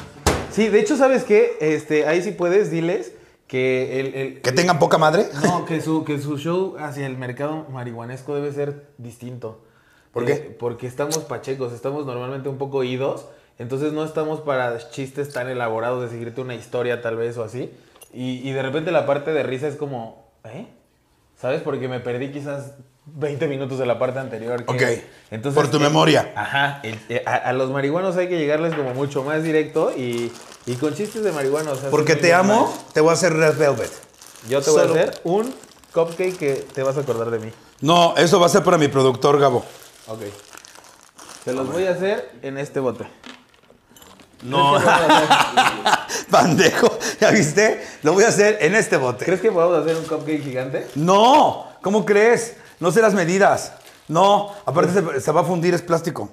Speaker 3: Sí, de hecho, ¿sabes qué? Este, ahí sí puedes, diles que el, el-
Speaker 2: Que tengan poca madre.
Speaker 3: no, que su, que su show hacia el mercado marihuanesco debe ser distinto.
Speaker 2: ¿Por qué?
Speaker 3: Porque estamos pachecos, estamos normalmente un poco idos, entonces no estamos para chistes tan elaborados de seguirte una historia tal vez o así. Y, y de repente la parte de risa es como, ¿eh? ¿Sabes? Porque me perdí quizás 20 minutos de la parte anterior. que- eh,
Speaker 2: Ok, por tu memoria.
Speaker 3: Ajá, el- eh, a, a los marihuanos hay que llegarles como mucho más directo y, y con chistes de marihuanos. o sea,
Speaker 2: Porque
Speaker 3: es muy
Speaker 2: te
Speaker 3: normal.
Speaker 2: amo, te voy a hacer Red Velvet.
Speaker 3: Yo te voy
Speaker 2: Solo-
Speaker 3: a hacer un cupcake que te vas a acordar de mí.
Speaker 2: No, eso va a ser para mi productor, Gabo.
Speaker 3: Ok. Te los voy a hacer en este bote.
Speaker 2: No.
Speaker 3: ¿Crees que podamos hacer-
Speaker 2: Pandejo, ¿ya viste? Lo voy a hacer en este bote.
Speaker 3: ¿Crees que podamos hacer un cupcake gigante?
Speaker 2: No, ¿cómo crees? No sé las medidas. No, aparte se, se va a fundir, es plástico.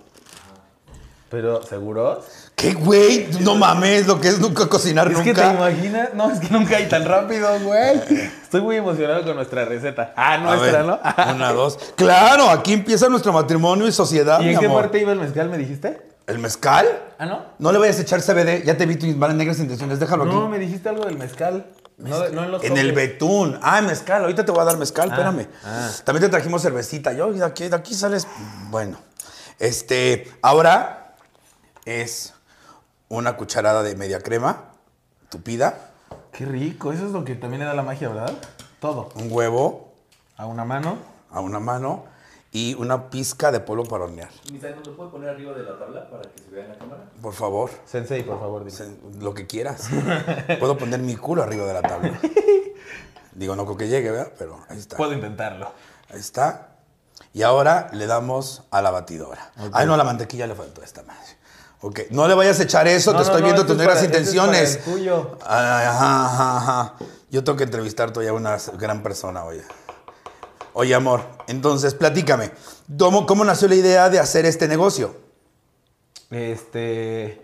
Speaker 3: Pero, ¿seguros?
Speaker 2: ¿Qué, güey? No mames, lo que es nunca cocinar
Speaker 3: Es que te
Speaker 2: nunca.
Speaker 3: imaginas. No, es que nunca hay tan rápido, güey. Estoy muy emocionado con nuestra receta. Ah,
Speaker 2: A ver,
Speaker 3: nuestra, ¿no?
Speaker 2: una, dos. Claro, aquí empieza nuestro matrimonio y sociedad,
Speaker 3: ¿Y
Speaker 2: mi
Speaker 3: en qué
Speaker 2: amor.
Speaker 3: parte iba el mezcal, me dijiste?
Speaker 2: ¿El mezcal?
Speaker 3: Ah, no.
Speaker 2: No le vayas a echar CBD, ya te vi tus malas negras intenciones, déjalo
Speaker 3: No,
Speaker 2: aquí.
Speaker 3: me dijiste algo del mezcal. No, de- no en los
Speaker 2: En el
Speaker 3: cupcakes.
Speaker 2: betún. Ah, mezcal, ahorita te voy a dar mezcal,
Speaker 3: Ah,
Speaker 2: espérame.
Speaker 3: ah.
Speaker 2: También te trajimos cervecita. Yo, de aquí, de aquí sales. Bueno. Este, ahora es una cucharada de media crema tupida,
Speaker 3: Qué rico, eso es lo que también le da la magia, ¿verdad? Todo.
Speaker 2: un huevo
Speaker 3: A una mano.
Speaker 2: a una mano y una pizca de polvo para hornear.
Speaker 4: Misa, ¿nos lo puede poner arriba de la tabla para que se vea en la cámara?
Speaker 2: Por favor,
Speaker 3: Sensei, por favor, dime.
Speaker 2: se- lo que quieras. Puedo poner mi culo arriba de la tabla. Digo, no creo que llegue, ¿verdad? Pero ahí está.
Speaker 3: Puedo intentarlo.
Speaker 2: Ahí está. Y ahora le damos a la batidora. Ay, no, la mantequilla le faltó a esta madre. Ok, no le vayas a echar eso,
Speaker 3: No,
Speaker 2: te
Speaker 3: no,
Speaker 2: estoy
Speaker 3: no,
Speaker 2: viendo
Speaker 3: este
Speaker 2: tus
Speaker 3: es
Speaker 2: negras
Speaker 3: para- este es para
Speaker 2: intenciones.
Speaker 3: el tuyo.
Speaker 2: Ay, ajá, ajá, ajá. Yo tengo que entrevistar todavía a una gran persona, oye. Oye, amor, entonces platícame, ¿cómo, cómo nació la idea de hacer este negocio?
Speaker 3: Este.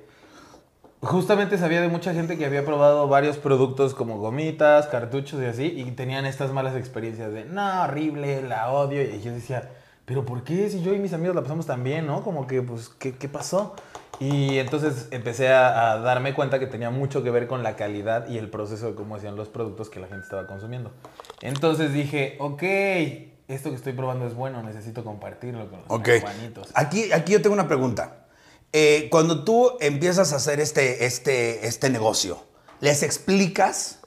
Speaker 3: Justamente sabía de mucha gente que había probado varios productos como gomitas, cartuchos y así, y tenían estas malas experiencias de, no, horrible, la odio. Y yo decía, ¿pero por qué? Si yo y mis amigos la pasamos tan bien, ¿no? Como que, pues, ¿qué, qué pasó? Y entonces empecé a, a darme cuenta que tenía mucho que ver con la calidad y el proceso de cómo hacían los productos que la gente estaba consumiendo. Entonces dije, ok, esto que estoy probando es bueno, necesito compartirlo con los
Speaker 2: Ok. Ah,
Speaker 3: marihuanitos".
Speaker 2: Aquí, aquí yo tengo una pregunta. Eh, cuando tú empiezas a hacer este, este, este negocio, ¿les explicas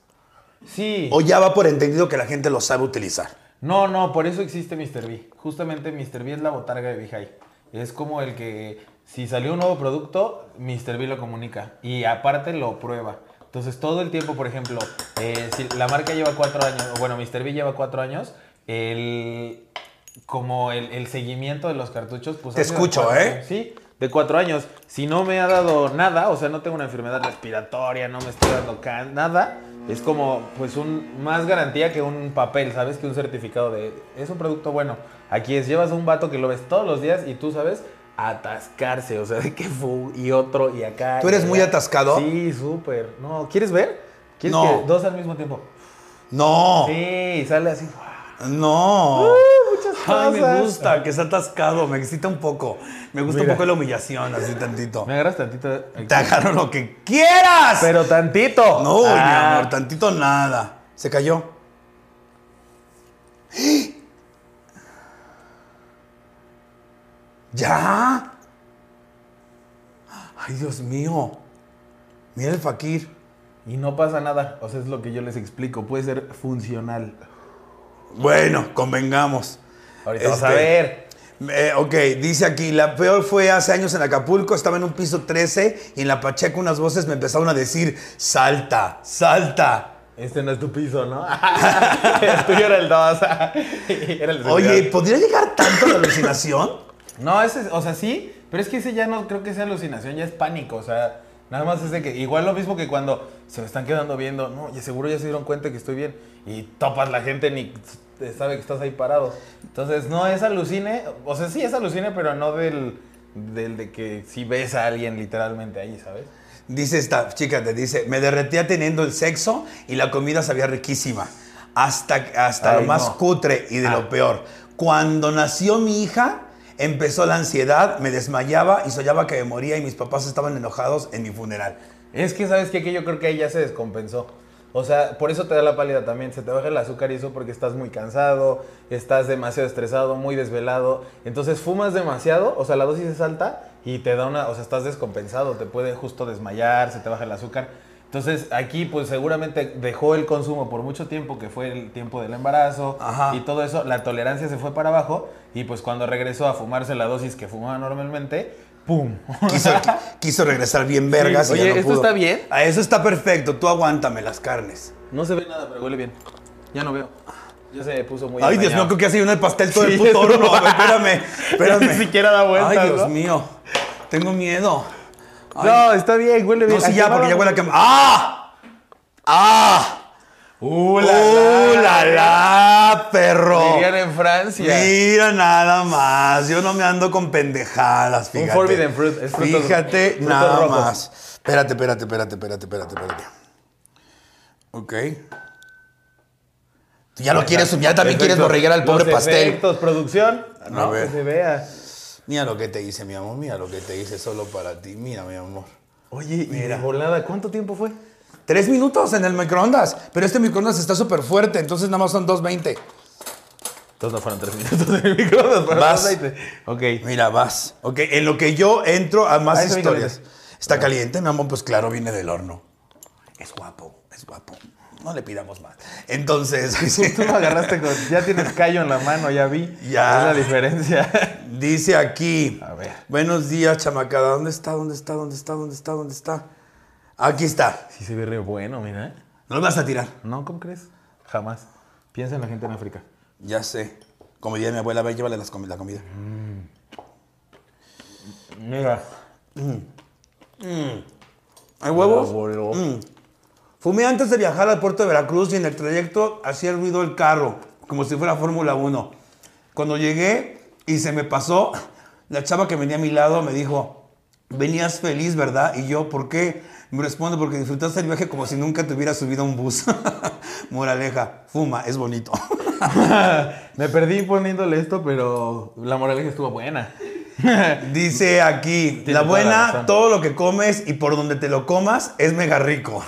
Speaker 3: Sí.
Speaker 2: o ya va por entendido que la gente lo sabe utilizar?
Speaker 3: No, no, por eso existe Mr. B. Justamente Mr. B es la botarga de Bihai. Es como el que si salió un nuevo producto, Mr. B lo comunica y aparte lo prueba. Entonces todo el tiempo, por ejemplo, eh, si la marca lleva cuatro años, o bueno, Mr. B lleva cuatro años, el, como el, el seguimiento de los cartuchos. Pues,
Speaker 2: Te
Speaker 3: ha sido
Speaker 2: escucho,
Speaker 3: cuatro-
Speaker 2: ¿eh?
Speaker 3: Sí, de cuatro años. Si no me ha dado nada, o sea, no tengo una enfermedad respiratoria, no me estoy dando can- nada, es como, pues, un más garantía que un papel, ¿sabes? Que un certificado de, es un producto bueno. Aquí es, llevas a un vato que lo ves todos los días y tú sabes atascarse, o sea, de que fu y otro y acá.
Speaker 2: ¿Tú eres
Speaker 3: y
Speaker 2: muy
Speaker 3: allá.
Speaker 2: atascado?
Speaker 3: Sí, súper. No, ¿quieres ver? ¿Quieres
Speaker 2: No.
Speaker 3: que dos al mismo tiempo?
Speaker 2: No,
Speaker 3: Sí, Uh, sale así.
Speaker 2: no.
Speaker 3: Muchas
Speaker 2: Ay,
Speaker 3: cosas.
Speaker 2: me gusta, que está atascado, me excita un poco. Me gusta un
Speaker 3: Mira.
Speaker 2: poco la humillación, así tantito.
Speaker 3: Me agarras tantito. eh,
Speaker 2: Te agarro lo que quieras.
Speaker 3: Pero tantito.
Speaker 2: no, mi
Speaker 3: Ah.
Speaker 2: amor, tantito nada. Se cayó. ¿Ya? Ay, Dios mío. Mira el fakir.
Speaker 3: Y no pasa nada. O sea, es lo que yo les explico. Puede ser funcional.
Speaker 2: Bueno, convengamos.
Speaker 3: Ahorita vamos a
Speaker 2: Este,
Speaker 3: ver.
Speaker 2: Eh, ok, dice aquí, la peor fue hace años en Acapulco, estaba en un piso 13 y en la Pacheca unas voces me empezaron a decir, salta, salta.
Speaker 3: Este no es tu piso, ¿no? el tuyo era el 2. era el
Speaker 2: Oye,
Speaker 3: seguridad.
Speaker 2: ¿podría llegar tanto a la alucinación?
Speaker 3: No, ese, es- o sea, sí, pero es que ese ya no creo que sea alucinación, ya es pánico. O sea, nada más es de que. Igual lo mismo que cuando se me están quedando viendo, no, ya seguro ya se dieron cuenta que estoy bien. Y topas la gente ni te sabe que estás ahí parado. Entonces, no es alucine. O sea, sí es alucine, pero no del. Del de que si ves a alguien literalmente ahí, ¿sabes?
Speaker 2: Dice esta chica, te dice, me derretía teniendo el sexo y la comida sabía riquísima. Hasta, hasta
Speaker 3: Ay,
Speaker 2: lo más
Speaker 3: no.
Speaker 2: cutre y de lo
Speaker 3: Ah.
Speaker 2: peor. Cuando nació mi hija, empezó la ansiedad, me desmayaba y soñaba que me moría y mis papás estaban enojados en mi funeral.
Speaker 3: Es que, ¿sabes qué? Que yo creo que ahí ya se descompensó. O sea, por eso te da la pálida también. Se te baja el azúcar y eso porque estás muy cansado, estás demasiado estresado, muy desvelado. Entonces fumas demasiado, o sea, la dosis es alta y te da una. O sea, estás descompensado, te puede justo desmayar, se te baja el azúcar. Entonces aquí, pues seguramente dejó el consumo por mucho tiempo, que fue el tiempo del embarazo
Speaker 2: Ajá.
Speaker 3: y todo eso. La tolerancia se fue para abajo y, pues, cuando regresó a fumarse la dosis que fumaba normalmente, ¡pum!
Speaker 2: Quiso, qui- quiso regresar bien vergas
Speaker 3: Sí.
Speaker 2: y ya
Speaker 3: Oye,
Speaker 2: no
Speaker 3: ¿esto
Speaker 2: pudo.
Speaker 3: está bien?
Speaker 2: Ah, eso está perfecto, tú aguántame las carnes.
Speaker 3: No se ve nada, pero huele bien. Ya no veo. Ya se puso muy
Speaker 2: Ay, Dios mío, creo que hace una de pastel todo el
Speaker 3: Sí,
Speaker 2: puto
Speaker 3: eso.
Speaker 2: horno. Espérame, espérame.
Speaker 3: Ni siquiera da vueltas,
Speaker 2: Ay, Dios
Speaker 3: ¿no?
Speaker 2: mío, tengo miedo. Ay,
Speaker 3: No, está bien, huele bien.
Speaker 2: No, sí,
Speaker 3: Aquí
Speaker 2: ya,
Speaker 3: va
Speaker 2: porque
Speaker 3: la-
Speaker 2: ya huele a cama. ¡Ah! ¡Ah!
Speaker 3: ¡Uh, la,
Speaker 2: ¡Uh, la, la, perro!
Speaker 3: Dirían en Francia.
Speaker 2: Mira nada más. Yo no me ando con pendejadas, fíjate.
Speaker 3: forbidden fruit, es frutos-
Speaker 2: fíjate
Speaker 3: frutos
Speaker 2: nada
Speaker 3: rojos.
Speaker 2: más. Espérate, espérate, espérate, espérate, espérate, espérate. Ok. Tú ya lo quieres, ya también quieres
Speaker 3: Efectos.
Speaker 2: borreguear al pobre
Speaker 3: Los
Speaker 2: pastel.
Speaker 3: efectos, producción. No,
Speaker 2: ver.
Speaker 3: que se vea.
Speaker 2: Mira lo que te hice, mi amor. Mira lo que te hice solo para ti. Mira, mi amor.
Speaker 3: Oye, y de
Speaker 2: Mira.
Speaker 3: volada, ¿cuánto tiempo fue?
Speaker 2: Tres minutos en el microondas. Pero este microondas está súper fuerte, entonces nada más son 2.20.
Speaker 3: Entonces no fueron tres minutos de microondas, fueron
Speaker 2: Vas.
Speaker 3: aceite. Ok.
Speaker 2: Mira, vas. Ok, en lo que yo entro a más
Speaker 3: Ah, está bien
Speaker 2: historias.
Speaker 3: caliente.
Speaker 2: Está caliente, mi amor, pues claro, viene del horno. Es guapo, es guapo. No le pidamos más. Entonces,
Speaker 3: Tú lo agarraste con. Ya tienes callo en la mano, ya vi.
Speaker 2: Ya.
Speaker 3: Es la diferencia.
Speaker 2: dice aquí.
Speaker 3: A ver.
Speaker 2: Buenos días, chamacada. ¿Dónde está? ¿Dónde está? ¿Dónde está? ¿Dónde está? ¿Dónde está? Aquí está.
Speaker 3: Sí se ve re bueno, mira.
Speaker 2: No lo vas a tirar.
Speaker 3: No, ¿cómo crees? Jamás. Piensa en la gente en África.
Speaker 2: Ya sé. Como diría mi abuela, a ver, llévale las comi- la comida.
Speaker 3: Mira.
Speaker 2: ¿Hay huevos? Mm.
Speaker 3: abuelo.
Speaker 2: Fumé antes de viajar al puerto de Veracruz y en el trayecto hacía ruido el carro, como si fuera Fórmula 1. Cuando llegué y se me pasó, la chava que venía a mi lado me dijo, venías feliz, ¿verdad? Y yo, ¿por qué? Me responde, porque disfrutaste el viaje como si nunca te hubieras subido a un bus. Moraleja, fuma, es bonito.
Speaker 3: Me perdí poniéndole esto, pero la moraleja estuvo buena.
Speaker 2: Dice aquí,
Speaker 3: Tiene
Speaker 2: la
Speaker 3: toda la
Speaker 2: buena,
Speaker 3: razón.
Speaker 2: todo lo que comes y por donde te lo comas es mega rico.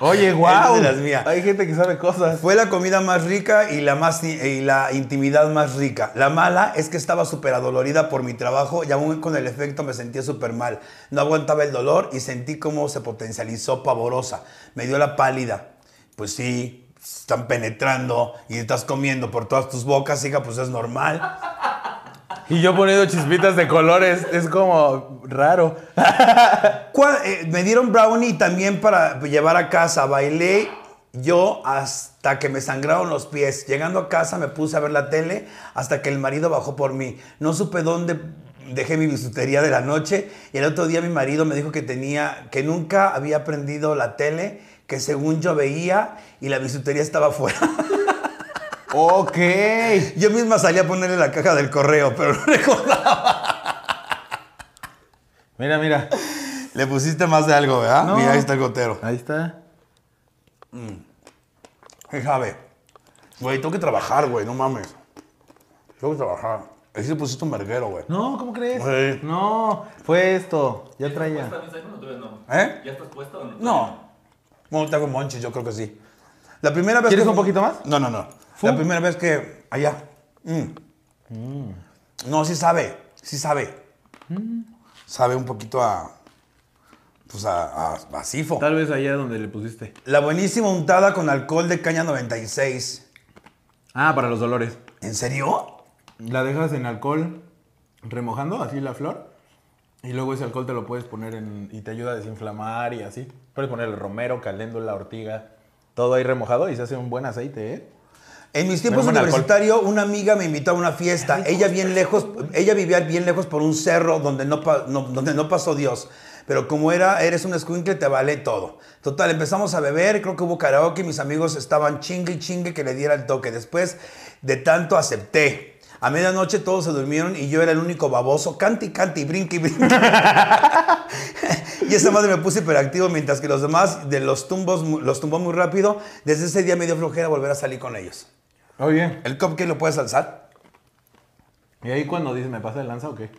Speaker 3: Oye,
Speaker 2: Esa
Speaker 3: guau.
Speaker 2: es de las mías.
Speaker 3: Hay gente que sabe cosas.
Speaker 2: Fue la comida más rica y la, más, y la intimidad más rica. La mala es que estaba súper adolorida por mi trabajo y aún con el efecto me sentía súper mal. No aguantaba el dolor y sentí cómo se potencializó pavorosa. Me dio la pálida. Pues sí, están penetrando y estás comiendo por todas tus bocas, hija, pues es normal.
Speaker 3: Y yo poniendo chispitas de colores. Es como raro.
Speaker 2: ¿Cuál- eh, me dieron brownie también para llevar a casa. Bailé yo hasta que me sangraron los pies. Llegando a casa me puse a ver la tele hasta que el marido bajó por mí. No supe dónde dejé mi bisutería de la noche y el otro día mi marido me dijo que tenía que nunca había prendido la tele, que según yo veía y la bisutería estaba afuera.
Speaker 3: Ok.
Speaker 2: Yo misma salí a ponerle la caja del correo, pero no recordaba.
Speaker 3: Mira, mira.
Speaker 2: Le pusiste más de algo, ¿verdad?
Speaker 3: No.
Speaker 2: Mira, ahí está el gotero.
Speaker 3: Ahí está.
Speaker 2: ¿Qué sabe? Güey, tengo que trabajar, güey, no mames. Tengo que trabajar. Ahí sí pusiste un verguero, güey.
Speaker 3: No, ¿cómo crees?
Speaker 2: Sí.
Speaker 3: No, fue esto. Ya
Speaker 4: ¿Estás
Speaker 3: traía.
Speaker 4: también saliendo o todavía no?
Speaker 2: ¿Eh?
Speaker 4: ¿Ya estás puesto o no?
Speaker 2: No. Bueno, te hago monches, yo creo que sí. La primera vez
Speaker 3: ¿Quieres
Speaker 2: que-
Speaker 3: un poquito más?
Speaker 2: No, no, no.
Speaker 3: ¿Fu?
Speaker 2: La primera vez que... Allá. Mm. No, sí sabe. Sí sabe.
Speaker 3: Mm.
Speaker 2: Sabe un poquito a... Pues a, a, a sifo.
Speaker 3: Tal vez allá donde le pusiste.
Speaker 2: La buenísima untada con alcohol de caña 96.
Speaker 3: Ah, para los dolores.
Speaker 2: ¿En serio?
Speaker 3: La dejas en alcohol remojando, así la flor. Y luego ese alcohol te lo puedes poner en. y te ayuda a desinflamar y así. Puedes ponerle romero, caléndula, ortiga. Todo ahí remojado y se hace un buen aceite, ¿eh?
Speaker 2: En mis tiempos
Speaker 3: Menos mal alcohol.
Speaker 2: universitarios, una amiga me invitó a una fiesta. Ella bien lejos, ella vivía bien lejos por un cerro donde no, pa- no- donde no pasó Dios. Pero como era, eres un escuincle, te vale todo. Total, empezamos a beber, creo que hubo karaoke, mis amigos estaban chingue y chingue que le diera el toque. Después de tanto acepté. A medianoche todos se durmieron y yo era el único baboso, canti, canti, brinqui, brinqui. Y esa madre me puse hiperactivo mientras que los demás de los tumbos mu- los tumbó muy rápido. Desde ese día me dio flojera volver a salir con ellos.
Speaker 3: Oye.
Speaker 2: ¿El cupcake lo puedes alzar?
Speaker 3: ¿Y ahí cuando dicen, me pasa el lanza o qué?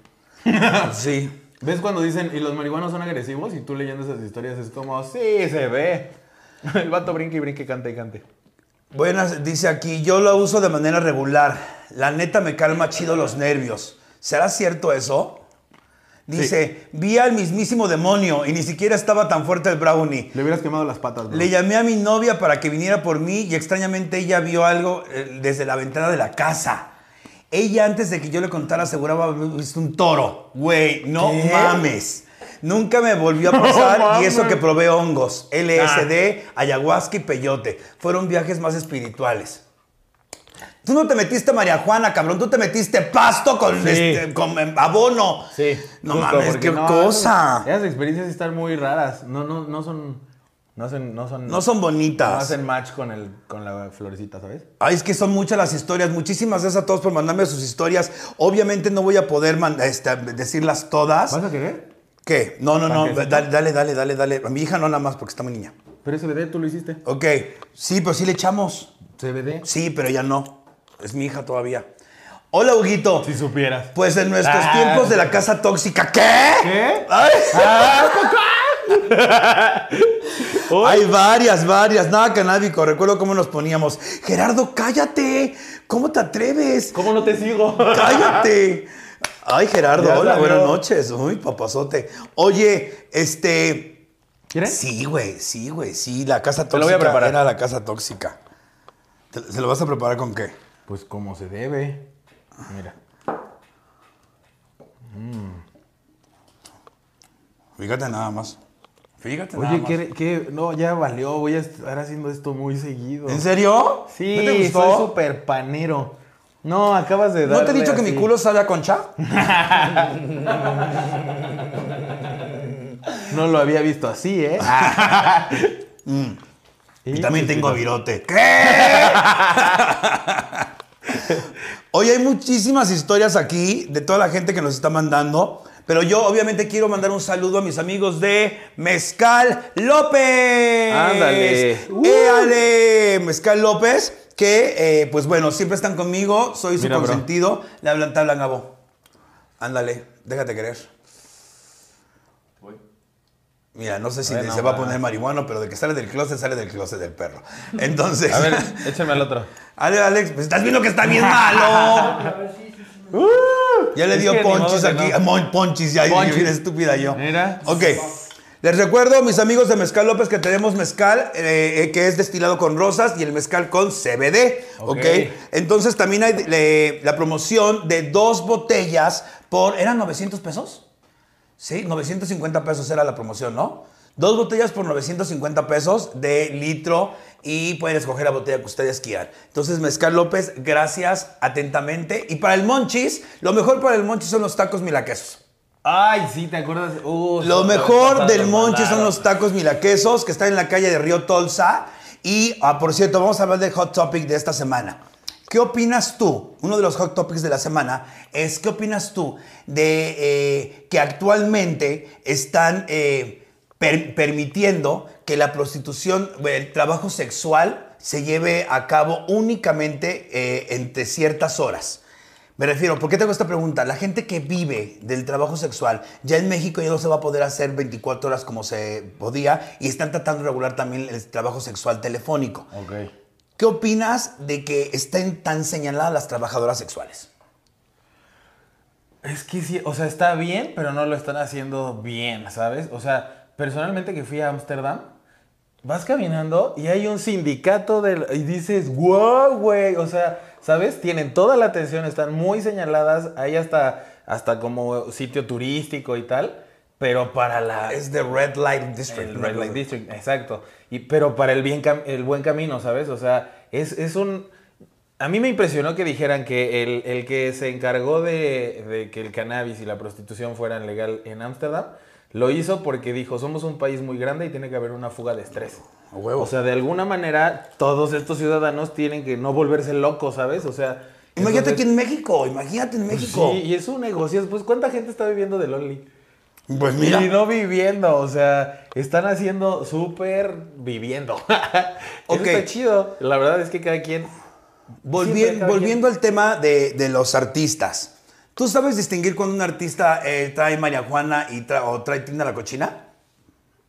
Speaker 2: Ah, Sí.
Speaker 3: ¿Ves cuando dicen, y los marihuanos son agresivos? Y tú leyendo esas historias es como, sí, se ve. El vato brinque y brinque, cante y cante.
Speaker 2: Buenas, dice aquí, yo lo uso de manera regular. La neta me calma chido los nervios. ¿Será cierto eso? Dice, vi al mismísimo demonio y ni siquiera estaba tan fuerte el brownie.
Speaker 3: Le hubieras quemado las patas, bro.
Speaker 2: Le llamé a mi novia para que viniera por mí y extrañamente ella vio algo eh, desde la ventana de la casa. Ella antes de que yo le contara aseguraba haber visto un toro. Güey, no
Speaker 3: ¿Qué?
Speaker 2: mames. Nunca me volvió a
Speaker 3: No
Speaker 2: pasar y
Speaker 3: mames. Ah.
Speaker 2: eso que probé hongos, LSD, ayahuasca y peyote. Fueron viajes más espirituales. Tú no te metiste marihuana, cabrón. Tú te metiste pasto con,
Speaker 3: Sí.
Speaker 2: este, con em, abono.
Speaker 3: Sí.
Speaker 2: No
Speaker 3: justo,
Speaker 2: mames,
Speaker 3: porque
Speaker 2: qué
Speaker 3: no,
Speaker 2: cosa.
Speaker 3: Esas experiencias están muy raras. No, no, no son. No son. No son,
Speaker 2: No son
Speaker 3: no
Speaker 2: bonitas.
Speaker 3: hacen match con, el, con la florecita, ¿sabes?
Speaker 2: Ay, es que son muchas las historias. Muchísimas gracias a todos por mandarme sus historias. Obviamente no voy a poder man- este, decirlas todas.
Speaker 3: ¿Vas a querer?
Speaker 2: ¿Qué? No, no, no.
Speaker 3: ¿Panquecito?
Speaker 2: Dale, dale, dale, dale, dale. A mi hija no nada más porque está muy niña.
Speaker 3: Pero ese CBD tú lo hiciste.
Speaker 2: Ok. Sí, pero sí le echamos.
Speaker 3: CBD.
Speaker 2: Sí, pero ella no. Es mi hija todavía. Hola, Huguito.
Speaker 3: Si supieras.
Speaker 2: Pues en nuestros
Speaker 3: Ah.
Speaker 2: tiempos de la casa tóxica, ¿qué?
Speaker 3: ¿Qué?
Speaker 2: Ay.
Speaker 3: Ah,
Speaker 2: Hay varias, varias. Nada canábico. Recuerdo cómo nos poníamos. Gerardo, cállate. ¿Cómo te atreves?
Speaker 3: ¿Cómo no te sigo?
Speaker 2: Cállate. Ay, Gerardo,
Speaker 3: Ya
Speaker 2: hola,
Speaker 3: salió.
Speaker 2: buenas noches. Uy, papazote. Oye, este.
Speaker 3: ¿Quieren?
Speaker 2: Sí, güey, sí, güey, sí. La casa
Speaker 3: Te
Speaker 2: tóxica
Speaker 3: lo voy a preparar.
Speaker 2: era la casa tóxica. ¿Te- ¿Se lo vas a preparar con qué?
Speaker 3: Pues como se debe. Mira.
Speaker 2: Fíjate nada más. Fíjate nada
Speaker 3: Oye,
Speaker 2: más.
Speaker 3: ¿qué, qué? No, ya valió. Voy a estar haciendo esto muy seguido.
Speaker 2: ¿En serio?
Speaker 3: Sí,
Speaker 2: ¿No te gustó?
Speaker 3: soy súper panero. No, acabas de dar.
Speaker 2: ¿No te he dicho que mi culo sabe a concha?
Speaker 3: No lo había visto así, ¿eh? Mm.
Speaker 2: Y también tengo virote. ¿Qué? Oye, hay muchísimas historias aquí de toda la gente que nos está mandando. Pero yo obviamente quiero mandar un saludo a mis amigos de Mezcal López. ¡Uh!
Speaker 3: Ándale.
Speaker 2: ¡Éale! Mezcal López, que eh, pues bueno, siempre están conmigo, soy su
Speaker 3: Mira, bro.
Speaker 2: consentido. Le hablan, te hablan, Gabo. Ándale, déjate querer.
Speaker 4: Voy.
Speaker 2: Mira, no sé si
Speaker 3: Bueno,
Speaker 2: se va a
Speaker 3: bueno.
Speaker 2: poner marihuano, pero de que sale del closet, sale del closet del perro. Entonces,
Speaker 3: A ver, échame al otro.
Speaker 2: Ale, Alex, pues estás viendo que está bien malo. Uh, Ya le
Speaker 3: Es
Speaker 2: dio
Speaker 3: que ni modo
Speaker 2: ponchis
Speaker 3: que
Speaker 2: aquí.
Speaker 3: no.
Speaker 2: Ah, mon- Ponchis, ya
Speaker 3: Ponchis.
Speaker 2: yo bien estúpida yo.
Speaker 3: Mira.
Speaker 2: Ok. Les recuerdo, mis amigos de Mezcal López, que tenemos mezcal eh, eh, que es destilado con rosas y el mezcal con CBD. Ok.
Speaker 3: Ok.
Speaker 2: Entonces también hay eh, la promoción de dos botellas por. ¿Eran 900 pesos? Sí, 950 pesos era la promoción, ¿no? Dos botellas por 950 pesos de litro y pueden escoger la botella que ustedes quieran. Entonces, Mezcal López, gracias atentamente. Y para el Monchis, lo mejor para el Monchis son los tacos milaquesos.
Speaker 3: Ay, sí, ¿te acuerdas? Uh,
Speaker 2: Lo
Speaker 3: sí,
Speaker 2: mejor
Speaker 3: la
Speaker 2: del
Speaker 3: vez pasada
Speaker 2: Monchi son
Speaker 3: mandaron.
Speaker 2: los tacos milaquesos que están en la calle de Río Tolsa. Y, ah, por cierto, vamos a hablar del hot topic de esta semana. ¿Qué opinas tú? Uno de los hot topics de la semana es ¿qué opinas tú de eh, que actualmente están eh, per- permitiendo que la prostitución, el trabajo sexual, se lleve a cabo únicamente eh, entre ciertas horas? Me refiero, ¿por qué tengo esta pregunta? La gente que vive del trabajo sexual, ya en México ya no se va a poder hacer 24 horas como se podía y están tratando de regular también el trabajo sexual telefónico.
Speaker 3: Ok.
Speaker 2: ¿Qué opinas de que estén tan señaladas las trabajadoras sexuales?
Speaker 3: Es que sí, o sea, está bien, pero no lo están haciendo bien, ¿sabes? O sea, personalmente que fui a Ámsterdam, vas caminando y hay un sindicato del... Y dices, wow, güey, o sea, ¿sabes? Tienen toda la atención, están muy señaladas, hay hasta, hasta como sitio turístico y tal, pero para la...
Speaker 2: Ah, Es de Red Light District.
Speaker 3: El
Speaker 2: ¿no?
Speaker 3: Red Light District, exacto. Y, pero para el, bien cam- el buen camino, ¿sabes? O sea, es, es un... A mí me impresionó que dijeran que el, el que se encargó de, de que el cannabis y la prostitución fueran legal en Ámsterdam, lo hizo porque dijo, somos un país muy grande y tiene que haber una fuga de estrés.
Speaker 2: A huevo.
Speaker 3: O sea, de alguna manera, todos estos ciudadanos tienen que no volverse locos, ¿sabes? O sea...
Speaker 2: Imagínate
Speaker 3: entonces- pues
Speaker 2: aquí en México, imagínate en México.
Speaker 3: Sí, y es un negocio. Pues, ¿cuánta gente está viviendo del Only?
Speaker 2: Pues mira.
Speaker 3: Y no viviendo, o sea, están haciendo súper viviendo.
Speaker 2: Ok.
Speaker 3: Eso está chido. La verdad es que cada quien.
Speaker 2: Volvi-
Speaker 3: Siempre cada
Speaker 2: volviendo al tema de, de los artistas. ¿Tú sabes distinguir cuando un artista eh, trae marihuana y tra- o trae tienda la cochina?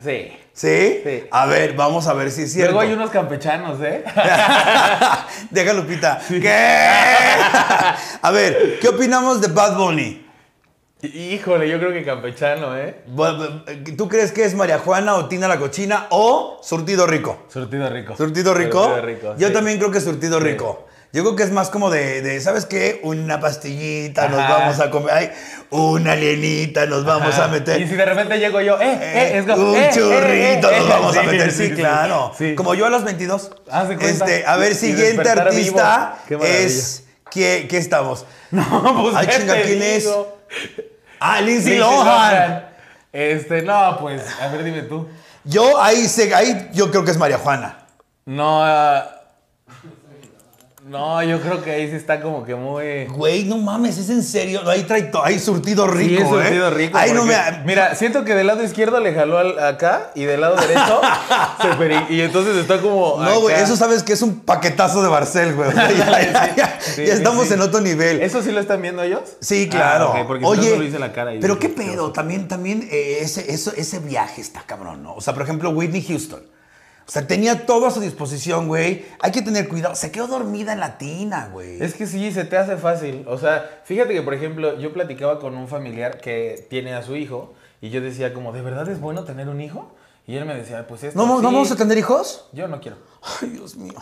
Speaker 3: Sí.
Speaker 2: ¿Sí?
Speaker 3: Sí.
Speaker 2: A ver, vamos a ver si es cierto.
Speaker 3: Luego hay unos campechanos, ¿eh?
Speaker 2: Deja Lupita. ¿Qué? a ver, ¿qué opinamos de Bad Bunny?
Speaker 3: Híjole, yo creo que campechano, ¿eh?
Speaker 2: Bu- bu- ¿Tú crees que es marihuana o Tina la cochina o surtido rico?
Speaker 3: Surtido rico.
Speaker 2: ¿Surtido rico?
Speaker 3: Surtido rico.
Speaker 2: Yo
Speaker 3: sí.
Speaker 2: también creo que surtido
Speaker 3: Sí.
Speaker 2: rico. Yo creo que es más como de, de, ¿sabes qué? Una pastillita, nos
Speaker 3: Ajá.
Speaker 2: vamos a comer. ay, una alienita, nos vamos
Speaker 3: Ajá.
Speaker 2: a meter.
Speaker 3: Ah, Y si de repente llego yo, ¡eh! ¡eh!
Speaker 2: Eh,
Speaker 3: es go-
Speaker 2: un
Speaker 3: eh, eh,
Speaker 2: churrito
Speaker 3: eh,
Speaker 2: nos
Speaker 3: eh!
Speaker 2: vamos a
Speaker 3: Sí,
Speaker 2: meter, sí,
Speaker 3: sí, sí.
Speaker 2: claro.
Speaker 3: Sí.
Speaker 2: Como yo a los 22.
Speaker 3: Haz de cuenta.
Speaker 2: Este, a ver,
Speaker 3: Y
Speaker 2: siguiente
Speaker 3: despertar
Speaker 2: artista
Speaker 3: vivo. Qué maravilla.
Speaker 2: es... ¿Qué, qué estamos?
Speaker 3: No, pues.
Speaker 2: Ay,
Speaker 3: ¿qué
Speaker 2: chinga,
Speaker 3: te
Speaker 2: ¿quién es?
Speaker 3: digo?
Speaker 2: Ah, Lindsay
Speaker 3: Lindsay
Speaker 2: Lohan.
Speaker 3: Lohan. Este, no, pues, a ver, dime tú.
Speaker 2: Yo ahí, sé, ahí yo creo que es María Juana.
Speaker 3: No. ah, No, yo creo que ahí sí está como que muy.
Speaker 2: Güey, no mames, es en serio. Ahí trae to- ahí surtido rico,
Speaker 3: Sí, eso ha
Speaker 2: ¿eh?
Speaker 3: sido rico.
Speaker 2: Ahí no me...
Speaker 3: porque- Mira, siento que del lado izquierdo le jaló al- acá y del lado derecho se peri- Y entonces está como.
Speaker 2: No, güey,
Speaker 3: acá.
Speaker 2: eso sabes que es un paquetazo de Barcel, güey. O sea, ya, ya- ya-
Speaker 3: Sí,
Speaker 2: ya
Speaker 3: sí,
Speaker 2: estamos
Speaker 3: sí.
Speaker 2: en otro nivel.
Speaker 3: ¿Eso sí lo están viendo ellos?
Speaker 2: Sí, claro.
Speaker 3: Ah, ok, porque si no,
Speaker 2: Oye,
Speaker 3: solo hice la cara y-
Speaker 2: pero qué pedo, también, también eh, ese, eso- ese viaje está cabrón, ¿no? O sea, por ejemplo, Whitney Houston. O sea, tenía todo a su disposición, güey. Hay que tener cuidado. Se quedó dormida en la tina, güey.
Speaker 3: Es que sí, se te hace fácil. O sea, fíjate que, por ejemplo, yo platicaba con un familiar que tiene a su hijo y yo decía, como, ¿de verdad es bueno tener un hijo? Y él me decía, pues esto
Speaker 2: ¿No, mo-
Speaker 3: sí.
Speaker 2: ¿No vamos a tener hijos?
Speaker 3: Yo no quiero.
Speaker 2: Ay, Dios mío.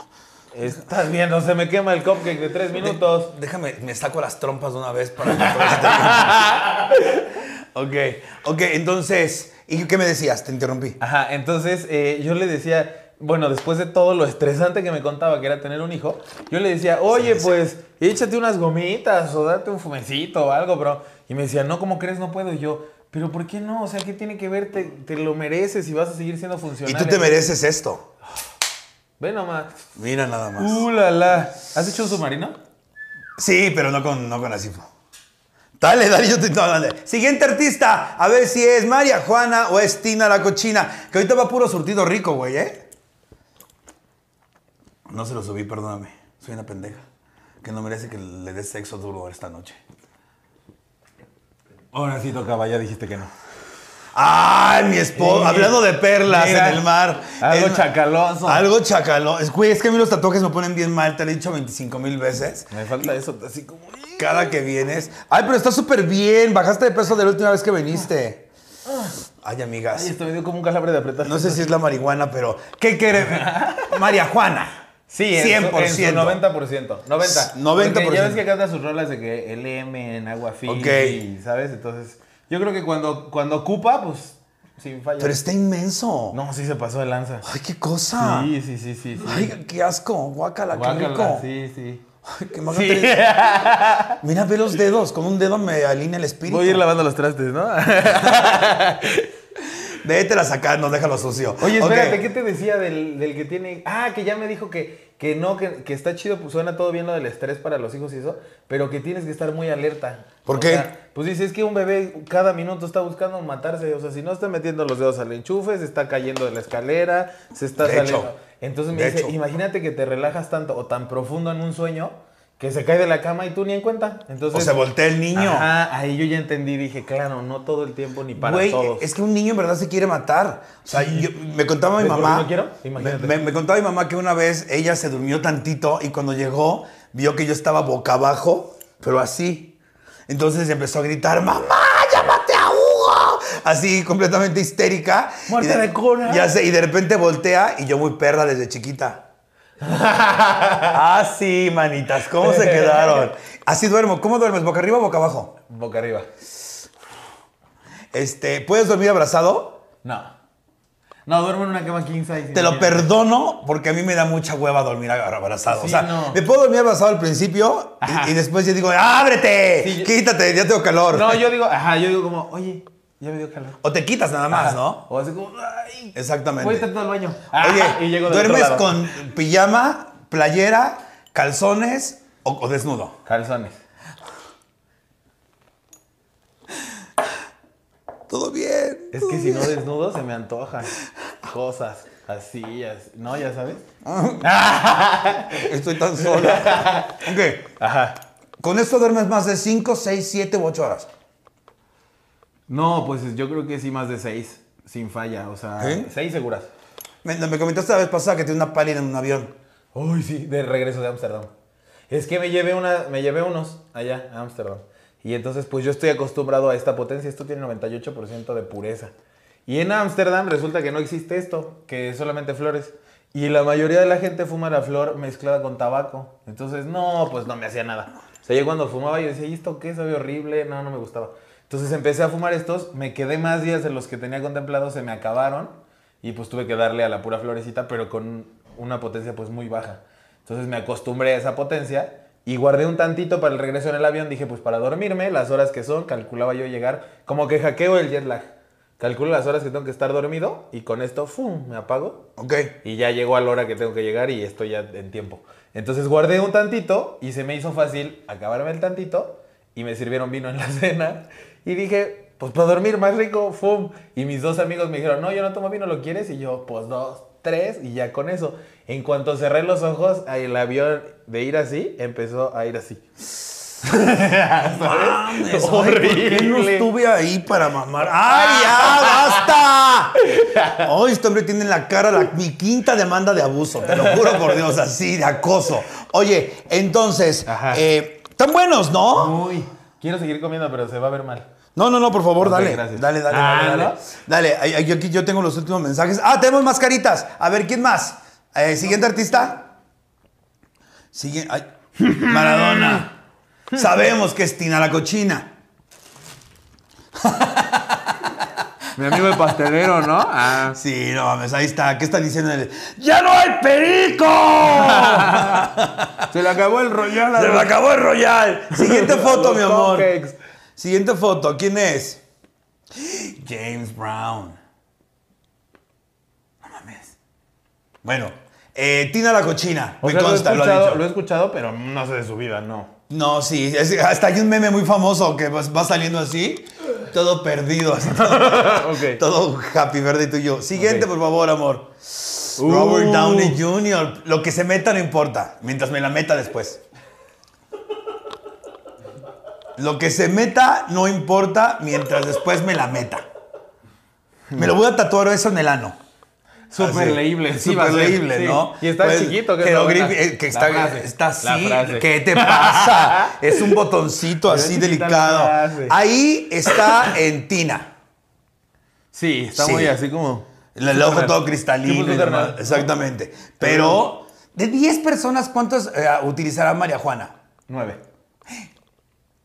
Speaker 3: Estás viendo, se me quema el cupcake de tres minutos.
Speaker 2: Déjame, me saco las trompas de una vez para que Ok, ok, entonces. ¿Y qué me decías? Te interrumpí.
Speaker 3: Ajá, entonces eh, yo le decía, bueno, después de todo lo estresante que me contaba que era tener un hijo, yo le decía, oye, pues échate unas gomitas o date un fumecito o algo, bro. Y me decía, no, ¿cómo crees? No puedo. Y yo, ¿pero por qué no? O sea, ¿qué tiene que ver? Te, te lo mereces y vas a seguir siendo
Speaker 2: Y
Speaker 3: funcional.
Speaker 2: tú te mereces esto.
Speaker 3: Ve nomás.
Speaker 2: Mira nada más.
Speaker 3: Uh, la, la. ¿Has hecho un submarino?
Speaker 2: Sí, pero no con, no con así. Dale, dale, yo te estoy hablando. Siguiente artista, a ver si es María Juana o es Tina la cochina. Que ahorita va puro surtido rico, güey, ¿eh? No se lo subí, perdóname. Soy una pendeja. Que no merece que le des sexo duro esta noche.
Speaker 3: Ahora sí tocaba, ya dijiste que no.
Speaker 2: ¡Ay, mi esposo!
Speaker 3: Sí.
Speaker 2: Hablando de perlas
Speaker 3: Mira,
Speaker 2: en el mar.
Speaker 3: algo
Speaker 2: Es-
Speaker 3: chacaloso.
Speaker 2: Algo chacaloso. Güey, es que a mí los tatuajes me ponen bien mal. Te lo he dicho 25 mil veces.
Speaker 3: Me falta eso, así como.
Speaker 2: Cada que vienes. Ay, pero está súper bien. Bajaste de peso de la última vez que viniste. Ay, amigas.
Speaker 3: Ay, esto me dio como un calambre de apretar.
Speaker 2: No sé si es la marihuana, pero ¿qué quiere? María Juana.
Speaker 3: Sí, en su-
Speaker 2: 100%.
Speaker 3: en su 90%. 90.
Speaker 2: 90%.
Speaker 3: Porque ya ves que canta sus rolas de que el M en agua fina y, ¿sabes? Entonces, yo creo que cuando, cuando ocupa, pues, sin falla.
Speaker 2: Pero está inmenso.
Speaker 3: No, sí se pasó de lanza.
Speaker 2: Ay, qué cosa.
Speaker 3: Sí, sí, sí, sí. sí.
Speaker 2: Ah. Ay, qué asco. Guácala, qué
Speaker 3: Guácala,
Speaker 2: rico.
Speaker 3: Sí, sí.
Speaker 2: Ay, qué más
Speaker 3: Sí.
Speaker 2: Mira, ve los dedos. Con un dedo me alinea el espíritu.
Speaker 3: Voy a ir lavando los trastes, ¿no?
Speaker 2: Vétela sacando, déjalo sucio.
Speaker 3: Oye,
Speaker 2: Ok.
Speaker 3: espérate, ¿qué te decía del, del que tiene? Ah, que ya me dijo que, que no, que, que está chido, pues suena todo bien lo del estrés para los hijos y eso, pero que tienes que estar muy alerta.
Speaker 2: ¿Por
Speaker 3: O
Speaker 2: qué?
Speaker 3: sea, pues dice, es que un bebé cada minuto está buscando matarse, o sea, si no está metiendo los dedos al enchufe, se está cayendo de la escalera, se está
Speaker 2: De
Speaker 3: saliendo.
Speaker 2: hecho.
Speaker 3: Entonces me
Speaker 2: De
Speaker 3: dice,
Speaker 2: hecho.
Speaker 3: imagínate que te relajas tanto o tan profundo en un sueño que se cae de la cama y tú ni en cuenta. Entonces,
Speaker 2: O se voltea el niño.
Speaker 3: Ajá, ahí yo ya entendí, dije, claro, no todo el tiempo ni para
Speaker 2: Güey,
Speaker 3: todos.
Speaker 2: es que un niño en verdad se quiere matar. O sea, yo- me contaba mi
Speaker 3: ¿Ves por qué
Speaker 2: mamá.
Speaker 3: no quiero? Imagínate.
Speaker 2: Me, me- me contaba mi mamá que una vez ella se durmió tantito y cuando llegó vio que yo estaba boca abajo, pero así. Entonces empezó a gritar, mamá, llámate a Hugo. Así completamente histérica.
Speaker 3: Muerte
Speaker 2: Y
Speaker 3: de cólera.
Speaker 2: Ya sé, y de repente voltea y yo muy perra desde chiquita. ah, sí, manitas, ¿cómo se quedaron? Así duermo. ¿Cómo duermes? ¿Boca arriba o boca abajo?
Speaker 3: Boca arriba.
Speaker 2: Este, ¿Puedes dormir abrazado?
Speaker 3: No. No, duermo en una cama king size.
Speaker 2: Te lo
Speaker 3: imagínate.
Speaker 2: perdono porque a mí me da mucha hueva dormir abrazado. o
Speaker 3: Sí,
Speaker 2: sea,
Speaker 3: no.
Speaker 2: me puedo dormir abrazado al principio y- y, después yo digo, ¡ábrete!
Speaker 3: Sí, yo-
Speaker 2: quítate, ya tengo calor.
Speaker 3: No, yo digo, ajá, yo digo como, oye, ya me dio calor.
Speaker 2: O te quitas nada más,
Speaker 3: Ajá.
Speaker 2: ¿no?
Speaker 3: O así como, ay.
Speaker 2: Exactamente.
Speaker 3: Voy tanto al baño. Ajá,
Speaker 2: Oye,
Speaker 3: Ah, y llego del
Speaker 2: ¿duermes
Speaker 3: otro lado.
Speaker 2: con pijama, playera, calzones o, o desnudo?
Speaker 3: Calzones.
Speaker 2: Todo bien.
Speaker 3: Es que si no desnudo se me antojan cosas así, así. No, ya sabes.
Speaker 2: Estoy tan sola. ok,
Speaker 3: Ajá.
Speaker 2: con esto duermes más de 5, 6, 7 u 8 horas.
Speaker 3: No, pues yo creo que sí, más de seis. Sin falla, o sea,
Speaker 2: ¿Sí?
Speaker 3: seis seguras.
Speaker 2: Me, me comentaste la vez pasada que tienes una pálida en un avión.
Speaker 3: Uy, sí, de regreso de Ámsterdam. Es que me llevé, una, me llevé unos allá, a Ámsterdam. Y entonces, pues yo estoy acostumbrado a esta potencia. Esto tiene 98% de pureza. Y en Ámsterdam resulta que no existe esto, que es solamente flores. Y la mayoría de la gente fuma la flor mezclada con tabaco. Entonces, no, pues no me hacía nada. O sea, yo cuando fumaba, yo decía, ¿y esto qué? Sabe horrible. No, no me gustaba. Entonces empecé a fumar estos. Me quedé más días de los que tenía contemplados. Se me acabaron. Y pues tuve que darle a la pura florecita, pero con una potencia pues muy baja. Entonces me acostumbré a esa potencia y guardé un tantito para el regreso en el avión. Dije, pues para dormirme, las horas que son, calculaba yo llegar, como que hackeo el jet lag. Calculo las horas que tengo que estar dormido y con esto, ¡fum!, me apago
Speaker 2: Ok.
Speaker 3: y ya llego a la hora que tengo que llegar y estoy ya en tiempo. Entonces guardé un tantito y se me hizo fácil acabarme el tantito y me sirvieron vino en la cena y dije, pues para dormir más rico, ¡fum! Y mis dos amigos me dijeron, no, yo no tomo vino, ¿lo quieres? Y yo, pues dos, tres y ya con eso. En cuanto cerré los ojos, ahí el avión de ir así empezó a ir así.
Speaker 2: Ay, ¿por qué no
Speaker 3: Horrible.
Speaker 2: estuve ahí para mamar? ¡Ay, ya! ¡Basta! Hoy este hombre tiene en la cara la- mi quinta demanda de abuso, te lo juro por Dios, así, de acoso. Oye, entonces,
Speaker 3: Ajá.
Speaker 2: eh, tan buenos, ¿no?
Speaker 3: Uy, quiero seguir comiendo, pero se va a ver mal.
Speaker 2: No, no, no, por favor,
Speaker 3: Ok,
Speaker 2: dale,
Speaker 3: gracias.
Speaker 2: dale, dale,
Speaker 3: Ah,
Speaker 2: dale, dale.
Speaker 3: ¿no?
Speaker 2: Dale, ay, ay, yo aquí yo tengo los últimos mensajes. Ah, tenemos más caritas. A ver, ¿quién más? Eh, Siguiente artista. Sigue, ay, Maradona. Sabemos que es Tina la cochina.
Speaker 3: Mi amigo el pastelero, ¿no? Ah.
Speaker 2: Sí, no mames, ahí está. ¿Qué están diciendo? en el- ¡Ya no hay perico!
Speaker 3: Se le acabó el royal. a
Speaker 2: Se
Speaker 3: los-
Speaker 2: me acabó el Royal. Siguiente foto,
Speaker 3: Los
Speaker 2: mi amor.
Speaker 3: cupcakes.
Speaker 2: Siguiente foto, ¿quién es? James Brown. No mames. Bueno, eh, Tina la cochina.
Speaker 3: O
Speaker 2: me
Speaker 3: sea, lo he
Speaker 2: consta, lo, ha
Speaker 3: escuchado-
Speaker 2: dicho.
Speaker 3: lo he escuchado, pero no sé de su vida, no.
Speaker 2: No, sí, es- hasta hay un meme muy famoso que pues, va va saliendo así, todo perdido, así, todo,
Speaker 3: Ah, Ok.
Speaker 2: todo happy verde tuyo. Siguiente,
Speaker 3: Ok.
Speaker 2: por favor, amor.
Speaker 3: Uh.
Speaker 2: Robert Downey Jr., lo que se meta no importa, mientras me la meta después. Lo que se meta no importa mientras después me la meta. Me lo voy a tatuar eso en el ano.
Speaker 3: Súper
Speaker 2: Así.
Speaker 3: leíble, sí, va a
Speaker 2: Súper
Speaker 3: ser,
Speaker 2: leíble,
Speaker 3: sí.
Speaker 2: ¿no?
Speaker 3: Y está
Speaker 2: Pues,
Speaker 3: chiquito, que, es lo
Speaker 2: jeroglif-
Speaker 3: bueno.
Speaker 2: eh, que
Speaker 3: La
Speaker 2: está,
Speaker 3: frase,
Speaker 2: está
Speaker 3: la
Speaker 2: así.
Speaker 3: frase.
Speaker 2: ¿Qué te pasa? es un botoncito
Speaker 3: Pero
Speaker 2: así
Speaker 3: chiquita la
Speaker 2: delicado.
Speaker 3: frase.
Speaker 2: Ahí está en Tina.
Speaker 3: Sí, está
Speaker 2: Sí.
Speaker 3: muy así como.
Speaker 2: El el ojo
Speaker 3: Súper.
Speaker 2: todo
Speaker 3: Sí,
Speaker 2: cristalino.
Speaker 3: pues,
Speaker 2: y
Speaker 3: súper
Speaker 2: demás.
Speaker 3: mal.
Speaker 2: Exactamente. Pero, de 10 personas, ¿cuántos eh, utilizará María Juana?
Speaker 3: Nueve.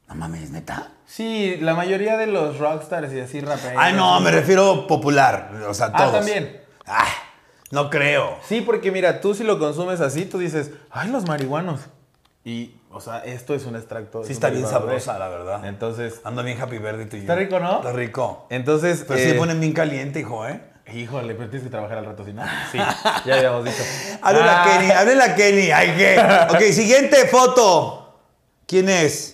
Speaker 2: No mames, neta.
Speaker 3: Sí, la mayoría de los rockstars y así raperos.
Speaker 2: Ah, no, me refiero popular. O sea,
Speaker 3: Eh, Ah,
Speaker 2: todos.
Speaker 3: también.
Speaker 2: Ah, no creo.
Speaker 3: Sí, porque mira, tú si lo consumes así, tú dices, ay, los marihuanos. Y, o sea, esto es un extracto. es
Speaker 2: Sí,
Speaker 3: un
Speaker 2: está bien
Speaker 3: derivado de-
Speaker 2: sabrosa, la verdad.
Speaker 3: Entonces,
Speaker 2: Ando bien happy verde tú y yo.
Speaker 3: Está rico, ¿no?
Speaker 2: Está rico.
Speaker 3: entonces.
Speaker 2: Pero sí
Speaker 3: eh,
Speaker 2: le ponen bien caliente, hijo, ¿eh?
Speaker 3: Híjole, pero tienes que trabajar al rato, si no. Sí, ya habíamos dicho.
Speaker 2: Hable la
Speaker 3: Ah,
Speaker 2: Kenny, hable la Kenny. Ay, qué. Ok, siguiente foto. ¿Quién es?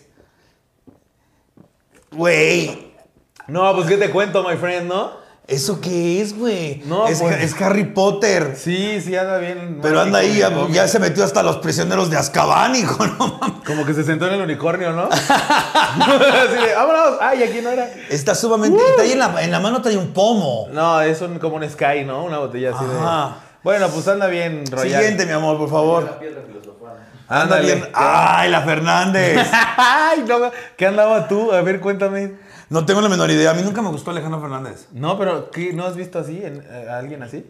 Speaker 2: Güey.
Speaker 3: No, pues qué te cuento, my friend, ¿no?
Speaker 2: ¿Eso qué es, güey?
Speaker 3: No,
Speaker 2: es,
Speaker 3: pues.
Speaker 2: es Harry Potter.
Speaker 3: Sí, sí, anda bien.
Speaker 2: Pero
Speaker 3: mal
Speaker 2: anda ahí,
Speaker 3: rico,
Speaker 2: ya,
Speaker 3: ¿no?
Speaker 2: ya se metió hasta los prisioneros de Azkaban, hijo, no mames.
Speaker 3: Como que se sentó en el unicornio, ¿no? Así de, vámonos. Ay, aquí no era.
Speaker 2: Está sumamente. y trae en, la, en la mano trae un pomo.
Speaker 3: No, es un, como un Sky, ¿no? Una botella así
Speaker 2: Ajá.
Speaker 3: de. Bueno, pues anda bien, Royal.
Speaker 2: Siguiente, mi amor, por favor.
Speaker 4: La piedra filosofal.
Speaker 2: Anda
Speaker 3: Ándale.
Speaker 2: bien. ¡Ay, la Fernández!
Speaker 3: Ay, no, ¿qué andaba tú? A ver, cuéntame.
Speaker 2: No tengo la menor idea. A mí nunca me gustó Alejandro Fernández.
Speaker 3: No, pero ¿qué, ¿no has visto así en- eh, a alguien así?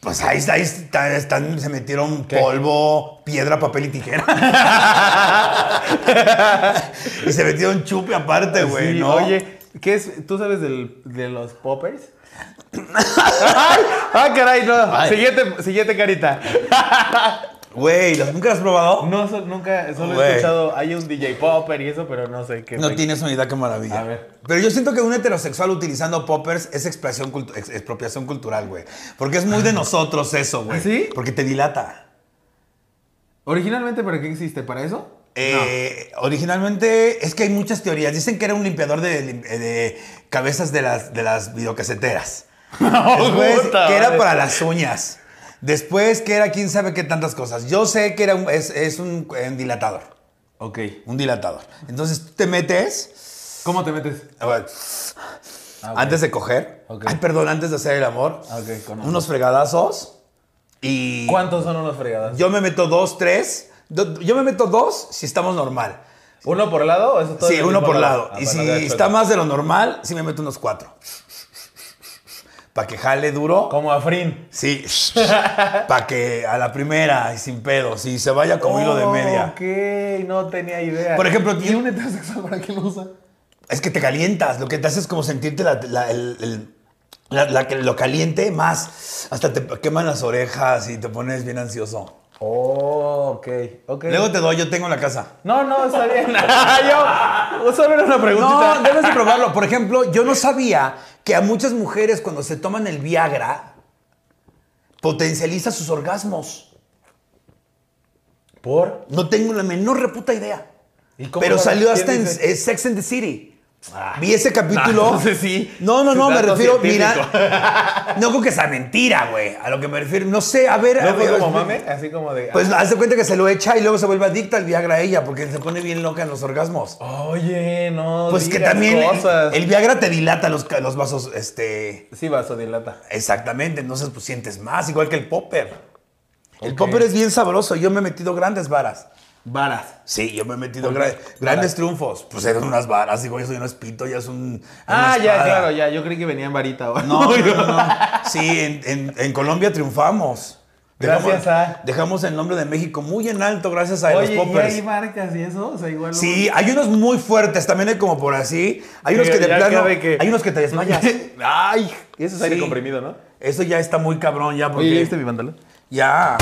Speaker 2: Pues ahí, está- ahí está- están, se metieron
Speaker 3: ¿Qué?
Speaker 2: polvo, piedra, papel y tijera. y se metieron chupe aparte, güey,
Speaker 3: Sí,
Speaker 2: ¿no?
Speaker 3: Oye, ¿qué es? ¿Tú sabes del- de los poppers? Ay, ah, caray, no.
Speaker 2: Ay.
Speaker 3: Siguiente, siguiente carita.
Speaker 2: Güey, ¿las- ¿nunca las has probado?
Speaker 3: No, so- nunca, solo
Speaker 2: Güey.
Speaker 3: he escuchado, hay un DJ popper y eso, pero no sé qué.
Speaker 2: No
Speaker 3: fue.
Speaker 2: tienes una idea, qué maravilla.
Speaker 3: A ver.
Speaker 2: Pero yo siento que un heterosexual utilizando poppers es expresión cultu- ex- expropiación cultural, güey. Porque es muy de nosotros eso, güey.
Speaker 3: ¿Ah, sí?
Speaker 2: Porque te dilata.
Speaker 3: Originalmente, ¿para qué existe? ¿Para eso?
Speaker 2: Eh, Originalmente es que hay muchas teorías. Dicen que era un limpiador de, lim- eh, de cabezas de las, de las videocaseteras. Después,
Speaker 3: Oh, Puta
Speaker 2: que era
Speaker 3: madre.
Speaker 2: para las uñas. Después, que era quién sabe qué tantas cosas. Yo sé que era un- es, es un, un dilatador.
Speaker 3: Ok.
Speaker 2: Un dilatador. Entonces, tú te metes.
Speaker 3: ¿Cómo te metes?
Speaker 2: a ver,
Speaker 3: Ah, ok.
Speaker 2: Antes de coger.
Speaker 3: Ok.
Speaker 2: Ay, perdón, antes de hacer el amor.
Speaker 3: Ah, ok, con amor.
Speaker 2: unos fregadazos. Y.
Speaker 3: ¿Cuántos son unos fregadas?
Speaker 2: Yo me meto dos, tres. do- yo me meto dos si estamos normal.
Speaker 3: ¿Uno por lado o eso todo en
Speaker 2: Sí,
Speaker 3: el
Speaker 2: uno
Speaker 3: mismo
Speaker 2: por lado.
Speaker 3: Ah,
Speaker 2: Y
Speaker 3: para
Speaker 2: si
Speaker 3: no quedar
Speaker 2: está
Speaker 3: chueco.
Speaker 2: más de lo normal, sí me meto unos cuatro. Para que jale duro.
Speaker 3: Como a Frin.
Speaker 2: Sí. Para que a la primera y sin pedo. Si se vaya como hilo de media.
Speaker 3: Ok, no tenía idea.
Speaker 2: Por ejemplo,
Speaker 3: ¿y un heterosexual para qué lo usa?
Speaker 2: Es que te calientas. Lo que te hace es como sentirte la, la- el- el- la- la que- lo caliente más. Hasta te queman las orejas y te pones bien ansioso.
Speaker 3: Oh, ok, ok.
Speaker 2: Luego te doy, yo tengo en la casa.
Speaker 3: No, no, está bien. Yo, solo era una preguntita.
Speaker 2: No, debes de probarlo. Por ejemplo, yo no sabía que a muchas mujeres cuando se toman el Viagra potencializa sus orgasmos.
Speaker 3: ¿Por?
Speaker 2: No tengo la menor reputa idea.
Speaker 3: ¿Y cómo
Speaker 2: Pero
Speaker 3: sabes?
Speaker 2: salió
Speaker 3: ¿Quién
Speaker 2: hasta en
Speaker 3: dice?
Speaker 2: eh, Sex and the City. Vi ese capítulo.
Speaker 3: Ah, no sé si-
Speaker 2: No, no, no, me
Speaker 3: Dato
Speaker 2: refiero.
Speaker 3: científico.
Speaker 2: Mira, no creo que sea mentira, güey. A lo que me refiero. No sé, a ver. a
Speaker 3: ¿No fue
Speaker 2: ver,
Speaker 3: como
Speaker 2: a ver,
Speaker 3: mame? Así como de.
Speaker 2: Pues haz de cuenta que se lo echa y luego se vuelve adicta al Viagra a ella porque se pone bien loca en los orgasmos.
Speaker 3: Oye, no.
Speaker 2: Pues que
Speaker 3: digas
Speaker 2: también el-
Speaker 3: Cosas.
Speaker 2: el Viagra te dilata los, ca- los vasos, este.
Speaker 3: Sí, vasodilata.
Speaker 2: Exactamente, entonces pues sientes más, igual que el popper. El
Speaker 3: Ok.
Speaker 2: popper es bien sabroso, yo me he metido grandes varas.
Speaker 3: Varas.
Speaker 2: Sí, yo me he metido
Speaker 3: Ok,
Speaker 2: gra-
Speaker 3: varas.
Speaker 2: grandes triunfos. Pues eran unas varas, digo, eso ya no es pito, ya es un...
Speaker 3: Ah,
Speaker 2: una
Speaker 3: ya,
Speaker 2: espada.
Speaker 3: claro, ya. Yo creí que venían varita. o-
Speaker 2: No, no, no, no. Sí, en, en- en Colombia triunfamos.
Speaker 3: Gracias a-
Speaker 2: Dejamos el nombre de México muy en alto gracias a
Speaker 3: Oye,
Speaker 2: los
Speaker 3: ¿y
Speaker 2: poppers.
Speaker 3: hay marcas y eso? O sea, igual...
Speaker 2: Sí, ah, hay unos muy fuertes, también hay como por así. Hay unos
Speaker 3: Que
Speaker 2: que de
Speaker 3: ya
Speaker 2: plano.
Speaker 3: cabe que-
Speaker 2: Hay unos que te desmayas.
Speaker 3: Ay, eso es aire
Speaker 2: Sí.
Speaker 3: comprimido, ¿no?
Speaker 2: Eso ya está muy cabrón, ya, porque.
Speaker 3: Oye, ¿viste mi pantalón?
Speaker 2: Ya.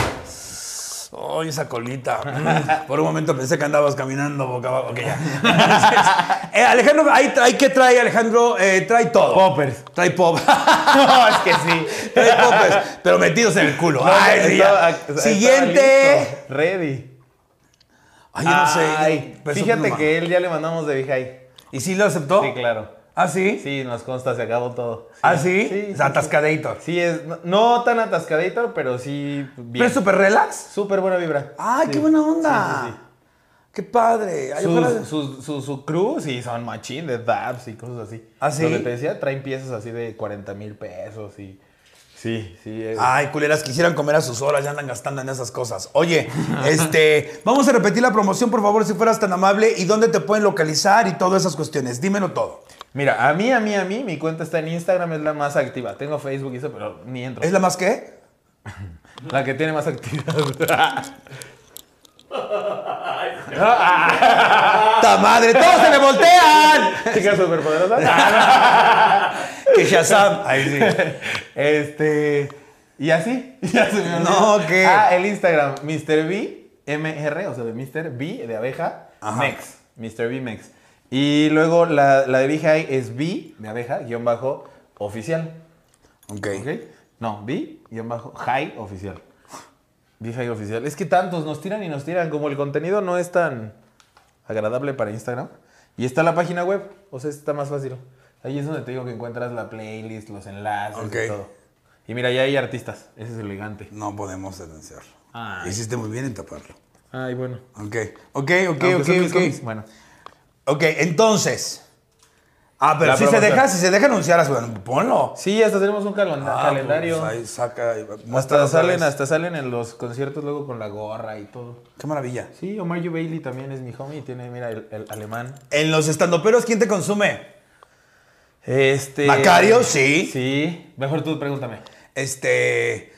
Speaker 2: Ay, esa colita. Mm, Por un momento pensé que andabas caminando boca abajo. Ok, ya. Entonces, eh, Alejandro, ahí, trae- ¿qué trae Alejandro? Eh, trae todo.
Speaker 3: Poppers.
Speaker 2: Trae pop.
Speaker 3: No, es que sí.
Speaker 2: trae poppers, pero metidos en el culo.
Speaker 3: No,
Speaker 2: Ay, sí, ya.
Speaker 3: estaba- estaba
Speaker 2: Siguiente.
Speaker 3: listo. Ready.
Speaker 2: Ay, yo no sé.
Speaker 3: Ay,
Speaker 2: Peso
Speaker 3: Fíjate
Speaker 2: pluma.
Speaker 3: que él ya le mandamos de Vijay.
Speaker 2: ¿Y sí lo aceptó?
Speaker 3: Sí, claro.
Speaker 2: ¿Ah, sí?
Speaker 3: Sí, nos consta, se acabó todo.
Speaker 2: ¿Ah, sí?
Speaker 3: Sí,
Speaker 2: O sea, atascadito.
Speaker 3: Sí, es no, no tan atascadito, pero sí
Speaker 2: ¿Pero
Speaker 3: bien.
Speaker 2: es súper relax?
Speaker 3: Súper buena vibra.
Speaker 2: ¡Ay,
Speaker 3: Sí.
Speaker 2: qué buena onda!
Speaker 3: Sí, sí, sí.
Speaker 2: ¡Qué padre! Ay, ojalá-
Speaker 3: Sus- Su, su, su crew, sí, son machín de dabs y cosas así.
Speaker 2: ¿Ah, sí?
Speaker 3: Donde te decía, traen piezas así de 40 mil pesos y... Sí, sí. es-
Speaker 2: Ay, culeras, quisieran comer a sus horas, ya andan gastando en esas cosas. Oye, este, vamos a repetir la promoción, por favor, si fueras tan amable, y dónde te pueden localizar y todas esas cuestiones. Dímelo todo.
Speaker 3: Mira, a mí, a mí, a mí, mi cuenta está en Instagram, es la más activa. Tengo Facebook y eso, pero ni entro.
Speaker 2: ¿Es la más qué?
Speaker 3: La que tiene más actividad. Ah.
Speaker 2: ¡Ta madre! ¡Todos se me voltean!
Speaker 3: Chica superpoderosa.
Speaker 2: ¡Que Shazam! Ahí sí.
Speaker 3: este. Y así. Ya se me
Speaker 2: No,
Speaker 3: olvidó.
Speaker 2: ¿qué?
Speaker 3: Ah, el Instagram, MrB, MR, o sea, de Mr. B de abeja,
Speaker 2: Ajá.
Speaker 3: Mex. Mr. B Mex. Y luego la, la de Beehive es B de abeja, guión bajo, oficial. ¿Ok?
Speaker 2: Ok.
Speaker 3: No, B, guión bajo, high, oficial. Beehive oficial. Es que tantos nos tiran y nos tiran. Como el contenido no es tan agradable para Instagram. Y está la página web. O sea, está más fácil. Ahí es donde te digo que encuentras la playlist, los enlaces
Speaker 2: Ok.
Speaker 3: y todo. Y mira, ya hay artistas. Ese es elegante.
Speaker 2: No podemos denunciarlo.
Speaker 3: Ay.
Speaker 2: Hiciste muy bien en taparlo.
Speaker 3: Ay, bueno.
Speaker 2: Ok, ok, ok,
Speaker 3: Aunque
Speaker 2: ok,
Speaker 3: son mis
Speaker 2: ok.
Speaker 3: cómics, Bueno.
Speaker 2: Ok, entonces. Ah, pero
Speaker 3: La
Speaker 2: si se
Speaker 3: promoción.
Speaker 2: deja, si se deja anunciar, a su- ponlo.
Speaker 3: Sí, hasta tenemos un calenda-
Speaker 2: Ah,
Speaker 3: calendario.
Speaker 2: pues ahí saca, y muestra
Speaker 3: hasta
Speaker 2: otra
Speaker 3: salen,
Speaker 2: vez.
Speaker 3: hasta salen en los conciertos luego con la gorra y todo.
Speaker 2: Qué maravilla.
Speaker 3: Sí, Omar Yu Bailey también es mi homie y tiene, mira, el, el alemán.
Speaker 2: En los estandoperos, ¿quién te consume?
Speaker 3: Este.
Speaker 2: Macario, sí.
Speaker 3: Sí. Mejor tú pregúntame.
Speaker 2: Este.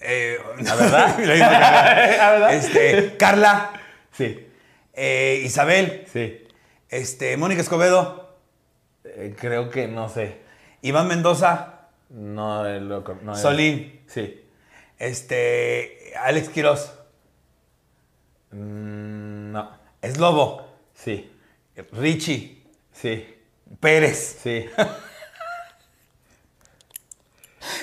Speaker 2: eh,
Speaker 3: ¿La verdad?
Speaker 2: la misma cara.
Speaker 3: ¿La verdad?
Speaker 2: Este, Carla,
Speaker 3: Sí.
Speaker 2: eh, Isabel,
Speaker 3: Sí.
Speaker 2: este, Mónica Escobedo,
Speaker 3: Eh, creo que no sé.
Speaker 2: Iván Mendoza,
Speaker 3: No, eh, loco. No, eh.
Speaker 2: Solín.
Speaker 3: Sí.
Speaker 2: este, Alex Quiroz,
Speaker 3: Mm, no.
Speaker 2: Es Lobo,
Speaker 3: Sí.
Speaker 2: Richie,
Speaker 3: Sí.
Speaker 2: Pérez,
Speaker 3: Sí.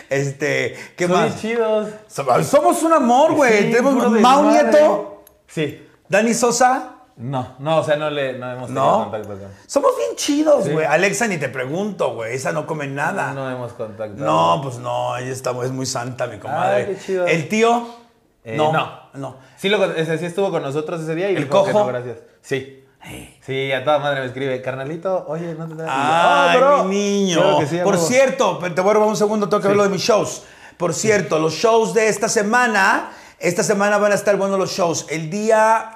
Speaker 2: este, ¿qué
Speaker 3: Son bien
Speaker 2: más?
Speaker 3: chidos.
Speaker 2: So- Somos un amor, güey.
Speaker 3: Sí,
Speaker 2: Tenemos
Speaker 3: puro
Speaker 2: Mau
Speaker 3: desmadre.
Speaker 2: Nieto,
Speaker 3: Sí.
Speaker 2: Dani Sosa.
Speaker 3: No, no, o sea, no le no hemos tenido
Speaker 2: No.
Speaker 3: contacto con.
Speaker 2: Somos bien chidos,
Speaker 3: Sí.
Speaker 2: güey. Alexa, ni te pregunto, güey. Esa no come nada.
Speaker 3: No hemos contactado.
Speaker 2: No, pues no, ella está, es muy santa, mi comadre.
Speaker 3: qué chido.
Speaker 2: El tío.
Speaker 3: Eh,
Speaker 2: no, no.
Speaker 3: no. Sí, lo, con- ese sí estuvo con nosotros ese día y
Speaker 2: ¿El
Speaker 3: dijo que
Speaker 2: cojo?
Speaker 3: no, gracias. Sí. Sí, a toda madre me escribe, carnalito, oye, no te das.
Speaker 2: Ay,
Speaker 3: Ah,
Speaker 2: mi niño.
Speaker 3: Claro que sí,
Speaker 2: Por
Speaker 3: amigo.
Speaker 2: cierto, pero te voy a robar un segundo, tengo que
Speaker 3: Sí.
Speaker 2: hablar de mis shows. Por cierto, los shows de esta semana, esta semana van a estar buenos los shows. El día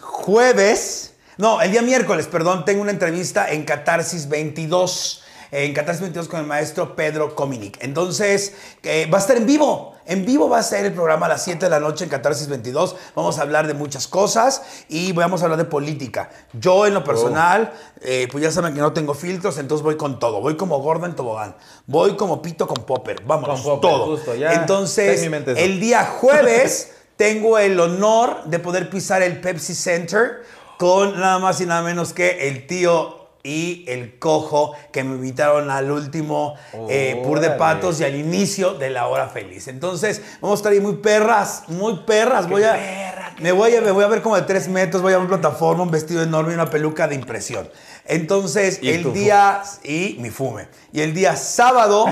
Speaker 2: jueves, no, el día miércoles, perdón, tengo una entrevista en Catarsis 22. En Catarsis 22 con el maestro Pedro Cominic. Entonces, eh, va a estar en vivo. En vivo va a ser el programa a las 7 de la noche en Catarsis 22. Vamos a hablar de muchas cosas y vamos a hablar de política. Yo, en
Speaker 3: Oh.
Speaker 2: lo personal, eh, pues ya saben que no tengo filtros, entonces voy con todo. Voy como gordo en tobogán. Voy como pito con popper. Vámonos,
Speaker 3: Con popper,
Speaker 2: todo.
Speaker 3: justo, ya
Speaker 2: entonces,
Speaker 3: está en mi mente eso.
Speaker 2: el día jueves tengo el honor de poder pisar el Pepsi Center con nada más y nada menos que el tío y el cojo que me invitaron al último eh, Pur de
Speaker 3: Órale.
Speaker 2: Patos y al inicio de la hora feliz. Entonces, vamos a estar ahí muy perras, muy perras. Voy a, me, voy a, me voy a ver como de tres metros, voy a una plataforma, un vestido enorme y una peluca de impresión. Entonces,
Speaker 3: Y
Speaker 2: el
Speaker 3: tu
Speaker 2: día día- y mi fume. Y el día sábado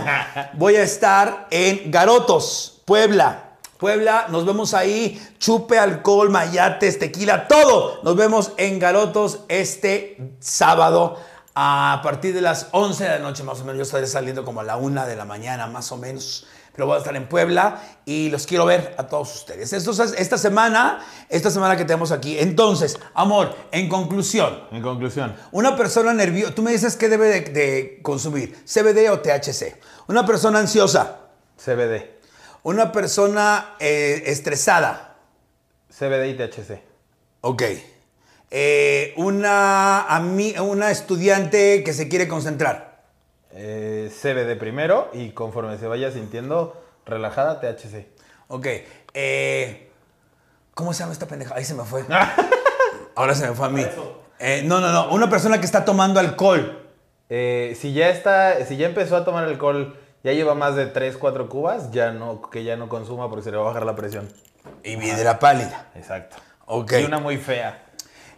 Speaker 2: voy a estar en Garotos, Puebla. Puebla, nos vemos ahí. Chupe, alcohol, mayates, tequila, todo. Nos vemos en Garotos este sábado a partir de las 11 de la noche más o menos. Yo estaré saliendo como a la 1 de la mañana más o menos. Pero voy a estar en Puebla y los quiero ver a todos ustedes. Esto es esta semana, esta semana que tenemos aquí. Entonces, amor, en conclusión,
Speaker 3: En conclusión,
Speaker 2: una persona nerviosa, tú me dices qué debe de, de consumir, CBD o THC. Una persona ansiosa,
Speaker 3: CBD.
Speaker 2: Una persona eh, estresada.
Speaker 3: CBD y THC.
Speaker 2: Ok. Eh, una, ami- una estudiante que se quiere concentrar.
Speaker 3: Eh, CBD primero y conforme se vaya sintiendo relajada, THC.
Speaker 2: Ok. Eh, ¿Cómo se llama esta pendeja? Ahí se me fue. Ahora se me fue a mí. Eh, no, no, no. Una persona que está tomando alcohol.
Speaker 3: Eh, si ya está, si ya empezó a tomar alcohol, ya lleva más de 3, 4 cubas, ya no, que ya no consuma porque se le va a bajar la presión.
Speaker 2: Y vidra pálida.
Speaker 3: Exacto.
Speaker 2: Ok.
Speaker 3: Y una muy fea.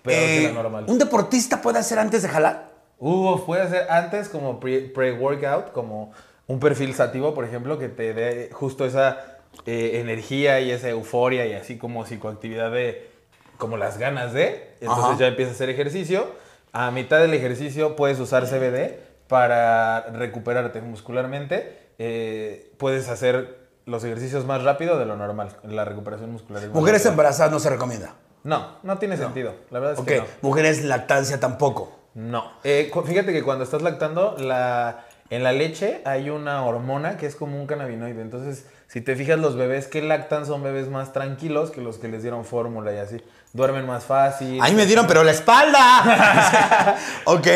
Speaker 3: Pero
Speaker 2: Eh,
Speaker 3: que la normal.
Speaker 2: ¿Un deportista puede hacer antes de jalar?
Speaker 3: Uf, puede ser antes como pre- pre-workout, como un perfil sativo, por ejemplo, que te dé justo esa eh, energía y esa euforia y así como psicoactividad de, como las ganas de. Entonces
Speaker 2: Ajá.
Speaker 3: ya empiezas a hacer ejercicio. A mitad del ejercicio puedes usar CBD para recuperarte muscularmente. Eh, puedes hacer los ejercicios más rápido de lo normal. La recuperación muscular. es más
Speaker 2: Mujeres
Speaker 3: rápida.
Speaker 2: embarazadas no se recomienda.
Speaker 3: No, no tiene sentido. La verdad es
Speaker 2: ok.
Speaker 3: que no.
Speaker 2: Mujeres lactancia tampoco.
Speaker 3: No. Eh, cu- fíjate que cuando estás lactando, la, en la leche hay una hormona que es como un cannabinoide. Entonces, si te fijas, los bebés que lactan son bebés más tranquilos que los que les dieron fórmula y así. Duermen más fácil.
Speaker 2: Ahí me dieron, pero la espalda. ok,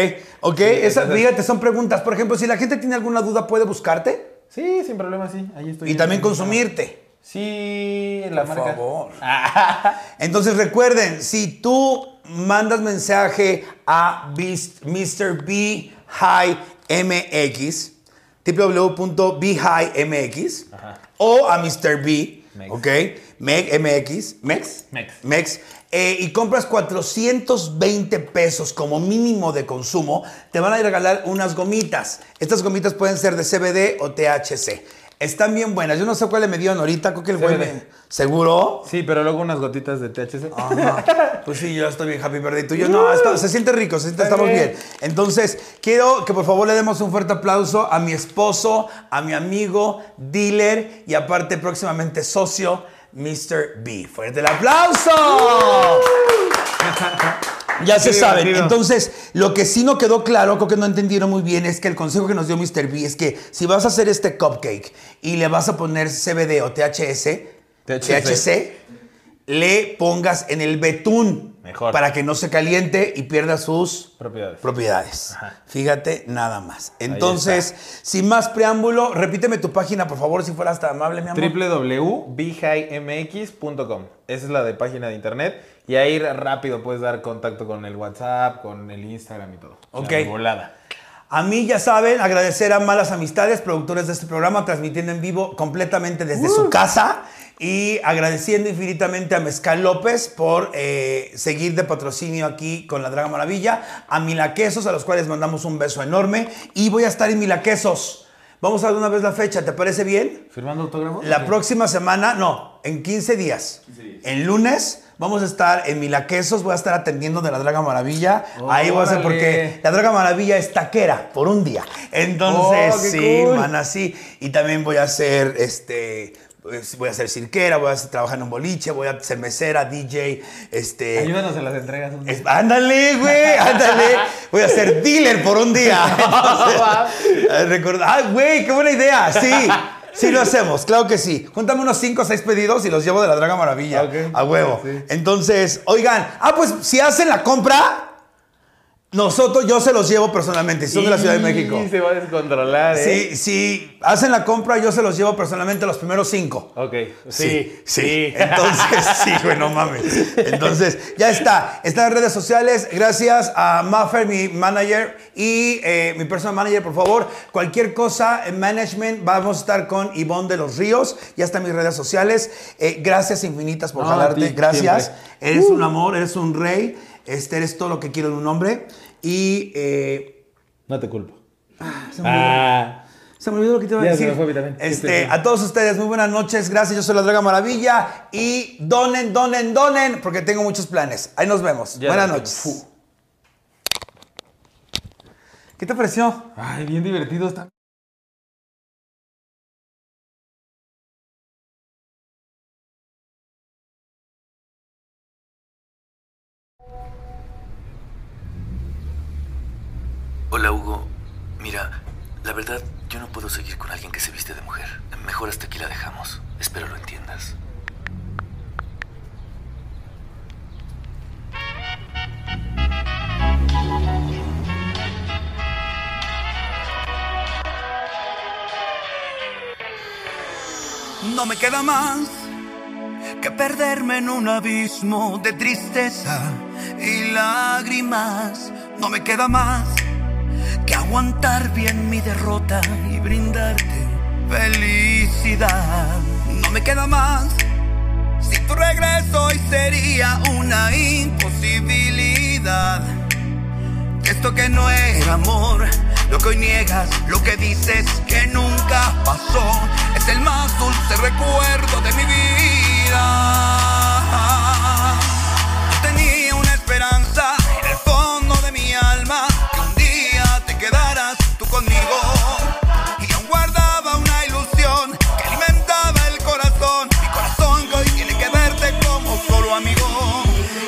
Speaker 2: ok. Esas,
Speaker 3: entonces-
Speaker 2: fíjate, son preguntas. Por ejemplo, si la gente tiene alguna duda, puede buscarte
Speaker 3: Sí, sin problema, sí. Ahí estoy.
Speaker 2: y también consumirte.
Speaker 3: Sí, en la
Speaker 2: Por
Speaker 3: marca.
Speaker 2: favor. Entonces recuerden, si tú mandas mensaje a Beast- Mr. B High MX, www.bhighmx o a Mr. B,
Speaker 3: Mex.
Speaker 2: ¿ok? Meg- MX, Mex,
Speaker 3: Mex.
Speaker 2: Mex, eh, y compras 420 pesos como mínimo de consumo, te van a regalar unas gomitas. Estas gomitas pueden ser de CBD o THC. Están bien buenas. Yo no sé cuál le me dieron ahorita, creo que el güey
Speaker 3: CBD.
Speaker 2: me- ¿Seguro?
Speaker 3: Sí, pero luego unas gotitas de THC.
Speaker 2: Ajá. Pues sí, yo estoy bien happy birthday. Tú y yo, no, está- se siente rico, se siente,
Speaker 3: Mm. Está
Speaker 2: estamos bien.
Speaker 3: bien.
Speaker 2: Entonces, quiero que por favor le demos un fuerte aplauso a mi esposo, a mi amigo, dealer y aparte próximamente socio, Mr. B. ¡Fuerte el aplauso! Ya se
Speaker 3: Qué
Speaker 2: saben.
Speaker 3: divertido.
Speaker 2: Entonces, lo que sí no quedó claro, creo que no entendieron muy bien, es que el consejo que nos dio Mr. B es que si vas a hacer este cupcake y le vas a poner CBD o THS,
Speaker 3: THC.
Speaker 2: THC, le pongas en el betún.
Speaker 3: Mejor.
Speaker 2: Para que no se caliente y pierda sus
Speaker 3: Propiedades.
Speaker 2: propiedades.
Speaker 3: Ajá.
Speaker 2: Fíjate, nada más. Entonces, sin más preámbulo, repíteme tu página, por favor, si fueras tan amable, mi amor.
Speaker 3: www.bhighmx.com. Esa es la de página de internet. Y ahí rápido puedes dar contacto con el WhatsApp, con el Instagram y todo. O sea,
Speaker 2: Ok.
Speaker 3: volada.
Speaker 2: A mí, ya saben, agradecer a Malas Amistades, productores de este programa, transmitiendo en vivo completamente desde su casa. Y agradeciendo infinitamente a Mezcal López por eh, seguir de patrocinio aquí con la Draga Maravilla. A Milaquesos, a los cuales mandamos un beso enorme. Y voy a estar en Milaquesos. Vamos a dar una vez la fecha, ¿te parece bien?
Speaker 3: ¿Firmando autógrafos?
Speaker 2: La próxima semana, no, en 15 días.
Speaker 4: 15 días.
Speaker 2: En lunes vamos a estar en Milaquesos, voy a estar atendiendo de la Draga Maravilla. Ahí voy a ser
Speaker 3: Órale.
Speaker 2: porque la Draga Maravilla es taquera por un día. Entonces,
Speaker 3: Oh, qué
Speaker 2: sí,
Speaker 3: cool.
Speaker 2: man, así. Y también voy a ser este. pues, Voy a ser cirquera, voy a ser- trabajar en un boliche, voy a ser mesera, DJ, este.
Speaker 3: Ayúdanos en las entregas. un día.
Speaker 2: Es- ándale, güey, ándale. Voy a ser dealer por un día. Entonces, eh, recorda- ah, güey, qué buena idea. Sí, sí lo hacemos, claro que sí. Júntame unos 5 o 6 pedidos y los llevo de la Draga Maravilla.
Speaker 3: Ok.
Speaker 2: A huevo.
Speaker 3: Sí.
Speaker 2: Entonces, oigan, ah, pues si hacen la compra, nosotros, yo se los llevo personalmente, si son de la Ciudad de México.
Speaker 3: Y se va a descontrolar, ¿eh?
Speaker 2: Si, si hacen la compra, yo se los llevo personalmente los primeros 5.
Speaker 3: Ok.
Speaker 2: Sí, sí. Entonces, sí, güey, no mames. Entonces, ya está. Está en redes sociales. Gracias a Maffer, mi manager, y eh, mi personal manager, por favor. Cualquier cosa en management, vamos a estar con Ivonne de los Ríos. Ya están mis redes sociales. Eh, gracias infinitas por
Speaker 3: No, a
Speaker 2: jalarte.
Speaker 3: ti,
Speaker 2: gracias.
Speaker 3: siempre. Uh.
Speaker 2: Eres un amor, eres un rey. Este, eres todo lo que quiero en un hombre. Y eh,
Speaker 3: No te culpo.
Speaker 2: se me olvidó.
Speaker 3: Ah.
Speaker 2: Se me olvidó lo que te iba a
Speaker 3: Ya se
Speaker 2: decir.
Speaker 3: me fue a mí también.
Speaker 2: Este, a todos ustedes, muy buenas noches. Gracias, yo soy la Draga Maravilla. Y donen, donen, donen, porque tengo muchos planes. Ahí nos vemos.
Speaker 3: Ya
Speaker 2: buenas
Speaker 3: nos
Speaker 2: noches.
Speaker 3: vemos.
Speaker 2: ¿Qué te pareció?
Speaker 3: Ay, bien divertido está.
Speaker 5: Hola Hugo, mira, La verdad, yo no puedo seguir con alguien que se viste de mujer. Mejor hasta aquí la dejamos. Espero lo entiendas.
Speaker 1: No me queda más que perderme en un abismo de tristeza y lágrimas. No me queda más que aguantar bien mi derrota y brindarte felicidad. No me queda más. Si tu regreso hoy sería una imposibilidad. Esto que no era amor, lo que hoy niegas, lo que dices que nunca pasó, es el más dulce recuerdo de mi vida. Yo tenía una esperanza en el fondo de mi alma, que un día te quedaras tú conmigo. Y aún guardaba una ilusión que alimentaba el corazón, mi corazón que hoy tiene que verte como solo amigo.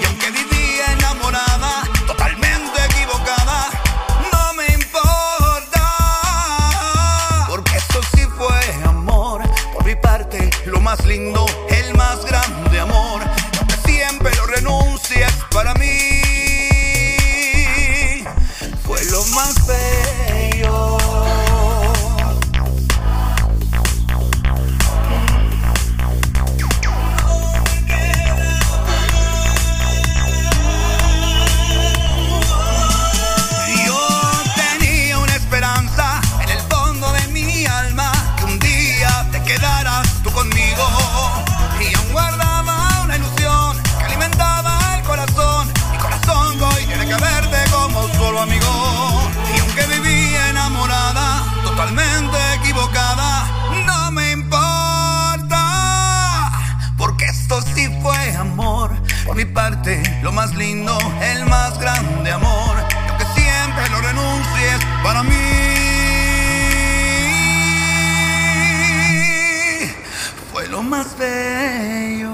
Speaker 1: Y aunque vivía enamorada, totalmente equivocada, no me importa. Porque esto sí fue amor, por mi parte, lo más lindo, el más grande amor. Aunque siempre lo renuncias para mí, fue lo más bello. Yo tenía una esperanza en el fondo de mi alma que un día te quedaras tú conmigo. Y aún guardaba una ilusión que alimentaba el corazón. Mi corazón hoy tiene que verte como solo amigo. Y aunque vivía enamorada, totalmente equivocada, no me importa. Porque esto sí fue amor. Por mi parte, lo más lindo, el más grande amor. Y aunque siempre lo renuncies para mí. Fue lo más bello.